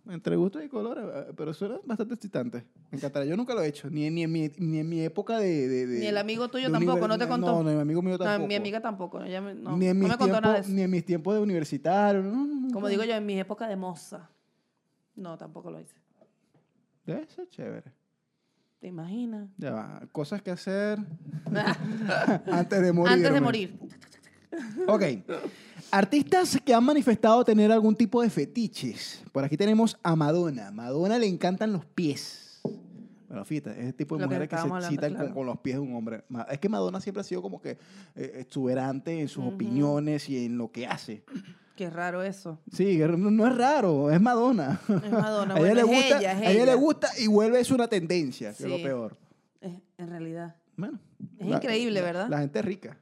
Speaker 1: Entre gusto y color, eh, pero suena bastante excitante. Me encantaría. Yo nunca lo he hecho, ni, en- ni, en, mi, ni en mi época de, de- de-
Speaker 2: Ni el amigo tuyo
Speaker 1: de
Speaker 2: tampoco,
Speaker 1: univer-
Speaker 2: ¿no te contó?
Speaker 1: No, no, mi amigo mío tampoco.
Speaker 2: No, mi amiga tampoco. Ella me- no,
Speaker 1: ni en
Speaker 2: no
Speaker 1: mis
Speaker 2: me contó nada de
Speaker 1: tiempos,
Speaker 2: eso.
Speaker 1: ni en mis tiempos de universitario. no, no, no,
Speaker 2: Como
Speaker 1: no.
Speaker 2: digo yo, en mi época de moza. No, tampoco lo hice.
Speaker 1: Debe ser chévere.
Speaker 2: ¿Te imaginas?
Speaker 1: Ya va. Cosas
Speaker 2: (laughs)
Speaker 1: que hacer (laughs) antes de morir.
Speaker 2: Antes de morir.
Speaker 1: Ok. Artistas que han manifestado tener algún tipo de fetiches. Por aquí tenemos a Madonna. Madonna le encantan los pies. Bueno, fíjate, es el tipo de
Speaker 2: Lo que
Speaker 1: mujeres que, se
Speaker 2: estábamos hablando,
Speaker 1: excitan
Speaker 2: claro.
Speaker 1: con, con los pies de un hombre. Ma- Es que Madonna siempre ha sido como que eh, exuberante en sus
Speaker 2: Ujú.
Speaker 1: opiniones y en lo que hace.
Speaker 2: Qué raro eso.
Speaker 1: Sí, que no no es raro, es Madonna.
Speaker 2: Es Madonna.
Speaker 1: (laughs) a ella,
Speaker 2: bueno,
Speaker 1: le
Speaker 2: es
Speaker 1: gusta,
Speaker 2: ella, es
Speaker 1: a ella le
Speaker 2: ella.
Speaker 1: gusta y vuelve eso una tendencia, que es
Speaker 2: Sí.
Speaker 1: lo peor.
Speaker 2: Es- en realidad.
Speaker 1: Bueno,
Speaker 2: Es increíble, ¿verdad?
Speaker 1: La gente es rica.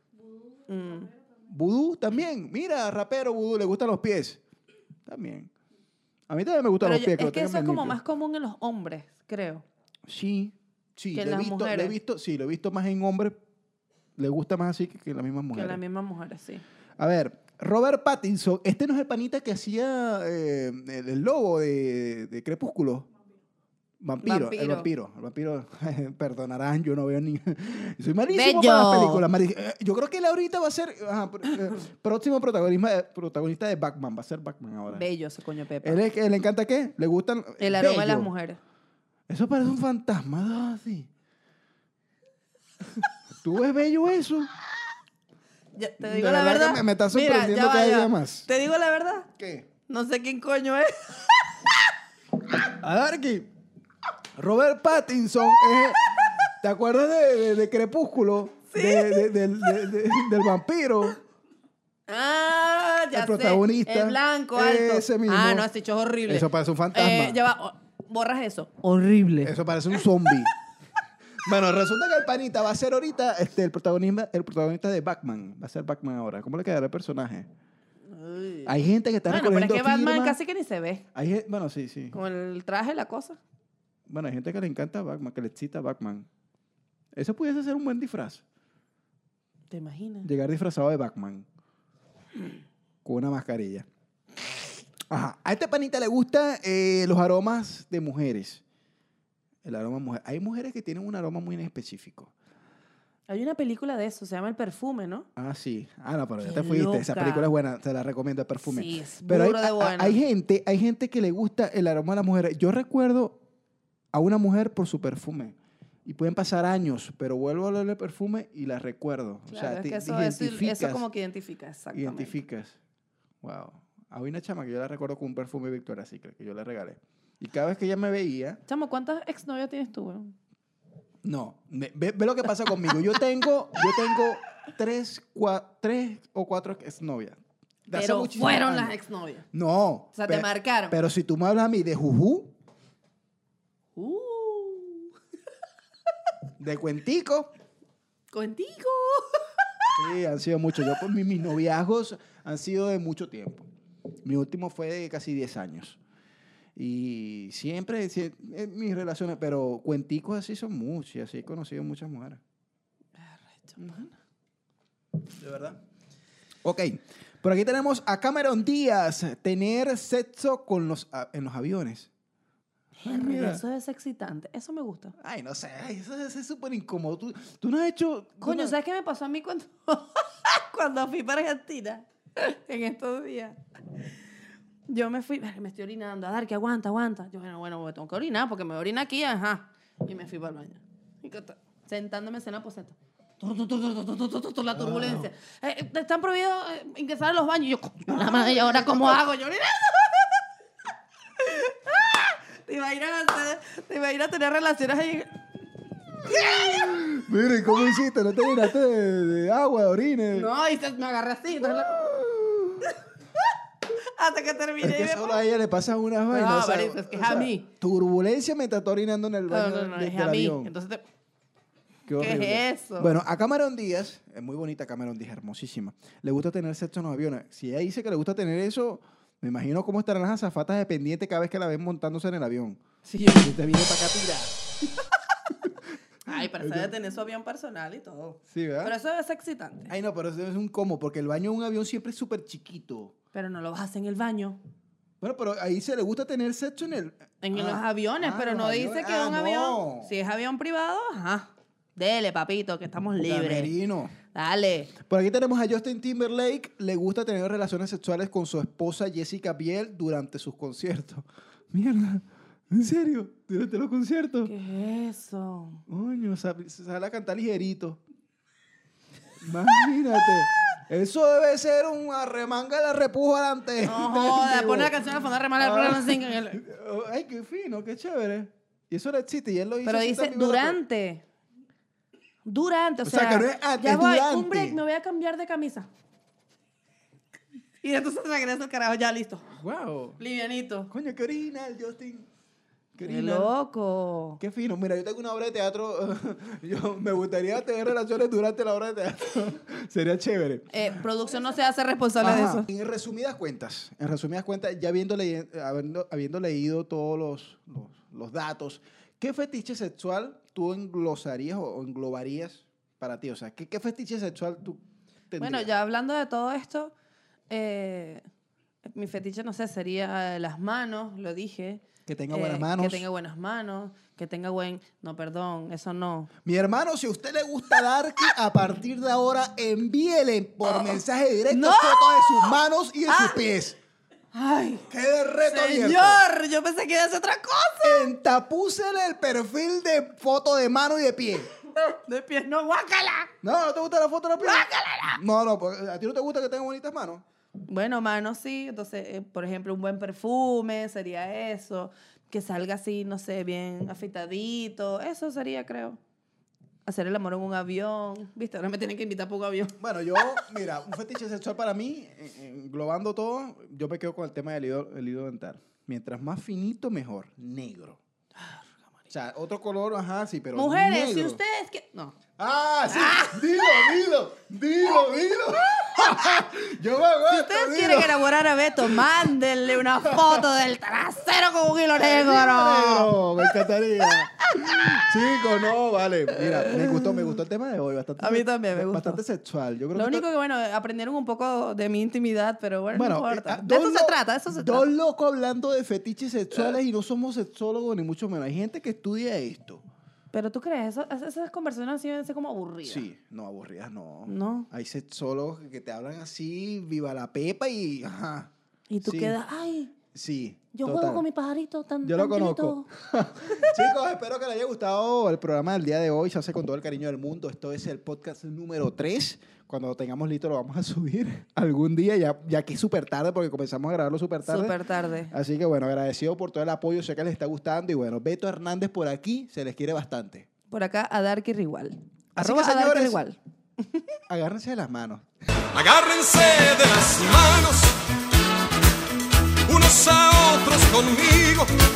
Speaker 2: Mm.
Speaker 1: Vudú también. Mira, rapero Vudú, le gustan los pies. También. A mí también me gustan
Speaker 2: Pero
Speaker 1: los
Speaker 2: yo-
Speaker 1: pies.
Speaker 2: es
Speaker 1: lo
Speaker 2: que
Speaker 1: tengan
Speaker 2: eso es como
Speaker 1: bien
Speaker 2: más
Speaker 1: limpios.
Speaker 2: común en los hombres, creo.
Speaker 1: Sí, sí.
Speaker 2: que en
Speaker 1: lo he
Speaker 2: las
Speaker 1: visto, lo he
Speaker 2: mujeres.
Speaker 1: visto- sí, lo he visto más en hombres. Le gusta más así que, que en las mismas
Speaker 2: Que
Speaker 1: mujeres.
Speaker 2: las mismas mujeres, sí.
Speaker 1: A ver, Robert Pattinson. Este eh, no es el panita que hacía eh, el, el lobo de, de Crepúsculo. Vampiro, el
Speaker 2: Vampiro.
Speaker 1: vampiro, el vampiro. (laughs) Perdonarán, yo no veo ni. (laughs) Soy malísimo para
Speaker 4: Bello.
Speaker 1: las películas. mari- eh, Yo creo que él ahorita va a ser ajá,
Speaker 2: (laughs)
Speaker 1: pr- eh, próximo protagonista de, protagonista de Batman. Va a ser Batman ahora.
Speaker 2: Bello ese coño Pepa.
Speaker 1: ¿Él, es- él le encanta qué? ¿Le gustan? eh,
Speaker 2: el aroma de las
Speaker 1: Bello.
Speaker 2: mujeres.
Speaker 1: Eso parece un fantasma, ¿no? así. (laughs) ¿Tú ves bello eso?
Speaker 2: Ya, te
Speaker 1: De
Speaker 2: digo la
Speaker 1: verdad que
Speaker 2: verdad.
Speaker 1: me- me está
Speaker 2: Mira, ya
Speaker 1: sorprendiendo
Speaker 2: va,
Speaker 1: cada
Speaker 2: ya
Speaker 1: día
Speaker 2: va.
Speaker 1: más.
Speaker 2: Te digo la verdad.
Speaker 1: ¿Qué?
Speaker 2: No sé quién coño es. (laughs)
Speaker 1: Adarki, Robert Pattinson es- ¿Te acuerdas de, de- de Crepúsculo? De- de- del, de- de- del vampiro.
Speaker 2: Ah, ya
Speaker 1: El
Speaker 2: sé.
Speaker 1: protagonista.
Speaker 2: El blanco, alto.
Speaker 1: Ese mismo.
Speaker 2: Ah, no, ese hecho es horrible.
Speaker 1: Eso parece un fantasma.
Speaker 2: Eh, ya va. o- Borras eso. Horrible.
Speaker 1: Eso parece un zombie. bueno, resulta que el panita va a ser ahorita este, el, protagonista, el protagonista de Batman. Va a ser Batman ahora. ¿Cómo le quedará el personaje?
Speaker 2: Ay.
Speaker 1: Hay gente que está
Speaker 2: Bueno, pero es
Speaker 1: recogiendo
Speaker 2: que Batman
Speaker 1: firmas.
Speaker 2: casi que ni se ve.
Speaker 1: Hay gen- bueno, sí, sí.
Speaker 2: Con el traje, la cosa.
Speaker 1: Bueno, hay gente que le encanta Batman, que le excita Batman. Eso pudiese ser un buen disfraz.
Speaker 2: ¿Te imaginas?
Speaker 1: Llegar disfrazado de Batman. Con una mascarilla. Ajá. A este panita le gustan eh, los aromas de mujeres. El aroma de mujer. Hay mujeres que tienen un aroma muy en específico.
Speaker 2: Hay una película de eso, se llama El Perfume, ¿no?
Speaker 1: Ah, sí. Ah, no, pero ya
Speaker 2: Qué
Speaker 1: te fuiste. Esa
Speaker 2: loca.
Speaker 1: película es buena. Te la recomiendo, el perfume.
Speaker 2: Sí, es
Speaker 1: Pero hay,
Speaker 2: burda de
Speaker 1: a- a-
Speaker 2: buena.
Speaker 1: hay gente, hay gente que le gusta el aroma de las mujeres. Yo recuerdo a una mujer por su perfume. Y pueden pasar años, pero vuelvo a olerle perfume y la recuerdo.
Speaker 2: Claro,
Speaker 1: o sea,
Speaker 2: es
Speaker 1: te
Speaker 2: que eso, eso- eso
Speaker 1: identificas.
Speaker 2: como que identifica, exactamente.
Speaker 1: identificas. Wow. Había una chama que yo la recuerdo con un perfume Victoria Secret que yo le regalé. Y cada vez que ella me veía,
Speaker 2: Chamo, ¿cuántas exnovias tienes tú, weón?
Speaker 1: no, me- ve, ve lo que pasa conmigo. Yo tengo, yo tengo tres, cua- tres o cuatro exnovias. De hace
Speaker 2: Pero
Speaker 1: muchísimos
Speaker 2: fueron
Speaker 1: años.
Speaker 2: las exnovias.
Speaker 1: No.
Speaker 2: O sea, te
Speaker 1: pe-
Speaker 2: marcaron.
Speaker 1: Pero si tú me hablas a mí de jujú,
Speaker 2: Uh,
Speaker 1: de cuentico,
Speaker 2: contigo.
Speaker 1: sí, han sido muchos. Yo, pues, mi- mis noviazgos han sido de mucho tiempo. Mi último fue de casi 10 años. Y siempre, sie- eh, mis relaciones, pero cuenticos así son muchos y así he conocido muchas mujeres. De verdad. Ok, por aquí tenemos a Cameron Díaz, tener sexo con los, a- en los aviones. Ay, Ah, mira.
Speaker 2: Eso es excitante. Eso me gusta.
Speaker 1: Ay, no sé, ay, eso eso es súper incómodo. ¿Tú, tú no has hecho... tú
Speaker 2: Coño,
Speaker 1: no-
Speaker 2: ¿sabes qué me pasó a mí cuando, (laughs) cuando fui para Argentina? En estos días. Yo me fui, "Verga, me estoy orinando, a dar que aguanta, aguanta. Yo, bueno, bueno, tengo que orinar porque me orina aquí, ajá. Y me fui para el baño. Y que ta- Sentándome en la poseta. Tur, tur, tur, tur, tur, tur, tur, tur, tur, La turbulencia. Eh, eh, te están prohibidos eh, ingresar a los baños. Y yo, "Coño, la madre, ¿y ahora cómo hago? Yo orinando. (laughs) Ah, Te imaginas, hacer- te imaginas tener relaciones ahí.
Speaker 1: Mire, ¿cómo hiciste? ¿No te llenaste de, de agua, de
Speaker 2: (laughs)
Speaker 1: orines?
Speaker 2: No, y se- me agarré así. entonces la- (laughs) Hasta que terminé.
Speaker 1: Es que
Speaker 2: y me
Speaker 1: solo a ella le pasan unas vainas. o sea,
Speaker 2: marico, es que
Speaker 1: o
Speaker 2: es a
Speaker 1: sea,
Speaker 2: mí.
Speaker 1: Turbulencia me está orinando en el
Speaker 2: pongo- No,
Speaker 1: baño
Speaker 2: no, no,
Speaker 1: de-
Speaker 2: es
Speaker 1: del
Speaker 2: a mí.
Speaker 1: avión.
Speaker 2: Entonces te- es
Speaker 1: Qué horrible.
Speaker 2: eso?
Speaker 1: Bueno, a Cameron Díaz, es muy bonita Cameron Díaz, hermosísima. Le gusta tener sexo en los aviones. Si ella dice que le gusta tener eso, me imagino cómo estarán las azafatas de pendiente cada vez que la ven montándose en el avión.
Speaker 2: Sí,
Speaker 1: Y te viene para acá tirada.
Speaker 2: Ay, pero eso debe tener su avión personal y todo.
Speaker 1: Sí, ¿verdad?
Speaker 2: Pero eso es excitante.
Speaker 1: Ay, no, pero eso es un como, porque el baño de un avión siempre es súper chiquito.
Speaker 2: Pero no lo vas a hacer en el baño.
Speaker 1: Bueno, pero ahí se le gusta tener sexo en el...
Speaker 2: En
Speaker 1: Ah,
Speaker 2: los aviones,
Speaker 1: ah,
Speaker 2: pero
Speaker 1: los
Speaker 2: no dice
Speaker 1: aviones.
Speaker 2: que
Speaker 1: Ah,
Speaker 2: un
Speaker 1: no.
Speaker 2: avión. Si es avión privado, ajá. Dele, papito, que estamos libres.
Speaker 1: Camerino.
Speaker 2: Dale.
Speaker 1: Por aquí tenemos a Justin Timberlake. Le gusta tener relaciones sexuales con su esposa Jessica Biel durante sus conciertos. (laughs) Mierda. ¿En serio? ¿Durante los conciertos?
Speaker 2: ¿Qué es eso?
Speaker 1: Coño, sab- sale a cantar ligerito.
Speaker 2: (laughs)
Speaker 1: Imagínate. Eso debe ser un arremanga la repuja delante.
Speaker 2: No joda,
Speaker 1: del
Speaker 2: pone la
Speaker 1: vivo.
Speaker 2: canción al fondo, remala el
Speaker 1: Ah.
Speaker 2: programa sin- en el-
Speaker 1: (laughs) Ay, qué fino, qué chévere. Y eso era chiste y él lo hizo.
Speaker 2: Pero
Speaker 1: así
Speaker 2: dice
Speaker 1: también, ¿verdad?
Speaker 2: durante. Durante, o,
Speaker 1: O sea, que no es antes,
Speaker 2: ya
Speaker 1: es
Speaker 2: voy,
Speaker 1: durante.
Speaker 2: un break, me voy a cambiar de camisa. Y entonces regresa el carajo, ya listo.
Speaker 1: Wow.
Speaker 2: Livianito.
Speaker 1: Coño, qué original, Justin. Qué
Speaker 2: Qué
Speaker 1: original.
Speaker 2: loco.
Speaker 1: Qué fino. Mira, yo tengo una obra de teatro. (laughs) Yo me gustaría tener relaciones durante la obra de teatro. (laughs) Sería chévere.
Speaker 2: Eh, producción no se hace responsable de eso.
Speaker 1: Ajá. En resumidas cuentas, en resumidas cuentas, ya habiendo, leye- habiendo, habiendo leído todos los, los, los datos, ¿qué fetiche sexual tú englosarías o, o englobarías para ti? O sea, ¿qué, qué fetiche sexual tú tendrías?
Speaker 2: Bueno, ya hablando de todo esto, eh, mi fetiche, no sé, sería eh, las manos, lo dije. Eh,
Speaker 1: Que tenga buenas manos.
Speaker 2: Que tenga buenas manos, que tenga buen... No, perdón, eso no.
Speaker 1: Mi hermano, si a usted le gusta Darky, a partir de ahora envíele por mensaje directo
Speaker 2: ¡No!
Speaker 1: fotos de sus manos y de sus
Speaker 2: Ah.
Speaker 1: pies.
Speaker 2: ¡Ay,
Speaker 1: ¡Qué reto abierto!
Speaker 2: señor! Yo pensé que iba a hacer otra cosa.
Speaker 1: Entapúcele el perfil de foto de mano y de pie.
Speaker 2: (laughs) De pies no, guácala.
Speaker 1: No, ¿no te gusta la foto de los pies? No, no, pues, ¿a ti no te gusta que tengan bonitas manos?
Speaker 2: Bueno, mano, sí. Entonces, eh, por ejemplo, un buen perfume sería eso. Que salga así, no sé, bien afeitadito. Eso sería, creo. Hacer el amor en un avión. Viste, ahora me tienen que invitar por un avión.
Speaker 1: Bueno, yo, mira, un fetiche sexual para mí, en- englobando todo, yo me quedo con el tema del hilo, el hilo dental. Mientras más finito, mejor. Negro. O sea, otro color, ajá, sí, pero
Speaker 2: Mujeres, si
Speaker 1: negro.
Speaker 2: ustedes que... No.
Speaker 1: ¡Ah, sí! ¡Dilo, dilo! ¡Dilo, dilo! (laughs) yo me aguanto,
Speaker 2: Si ustedes
Speaker 1: dilo.
Speaker 2: quieren elaborar a Beto, mándenle una foto del trasero con un hilo negro.
Speaker 1: Negro, Me encantaría. Chicos, no, vale. Mira, me gustó, me gustó el tema de hoy. Bastante,
Speaker 2: A mí también me gustó.
Speaker 1: Bastante sexual. Yo creo
Speaker 2: Lo
Speaker 1: que
Speaker 2: único que, bueno, aprendieron un poco de mi intimidad, pero bueno,
Speaker 1: Bueno,
Speaker 2: no
Speaker 1: eh,
Speaker 2: importa.
Speaker 1: ah,
Speaker 2: De
Speaker 1: dos
Speaker 2: eso se
Speaker 1: lo-
Speaker 2: trata, de eso se
Speaker 1: Dos
Speaker 2: trata.
Speaker 1: locos hablando de fetiches sexuales y no somos sexólogos ni mucho menos. Hay gente que estudia esto.
Speaker 2: Pero tú crees, eso- es- esas conversaciones así deben ser como aburridas.
Speaker 1: Sí, no, aburridas no.
Speaker 2: No.
Speaker 1: Hay sexólogos que te hablan así, viva la pepa y ajá.
Speaker 2: Y tú
Speaker 1: Sí,
Speaker 2: quedas, ay,
Speaker 1: Sí.
Speaker 2: yo
Speaker 1: total.
Speaker 2: juego con mi pajarito tan
Speaker 1: Yo lo
Speaker 2: tranquilito".
Speaker 1: conozco. (laughs) Chicos, espero que les haya gustado el programa del día de hoy. Se hace con todo el cariño del mundo. Esto es el podcast número 3. Cuando lo tengamos listo lo vamos a subir (laughs) algún día. Ya, ya que es súper tarde porque comenzamos a grabarlo súper tarde.
Speaker 2: Súper tarde.
Speaker 1: Así que bueno, agradecido por todo el apoyo. Sé que les está gustando. Y bueno, Beto Hernández por aquí se les quiere bastante.
Speaker 2: Por acá, a Darky Rigual.
Speaker 1: Así
Speaker 2: Arroba
Speaker 1: que,
Speaker 2: a Darky
Speaker 1: señores,
Speaker 2: Rigual.
Speaker 1: Agárrense de las manos.
Speaker 3: Agárrense de las manos, unos a otros conmigo.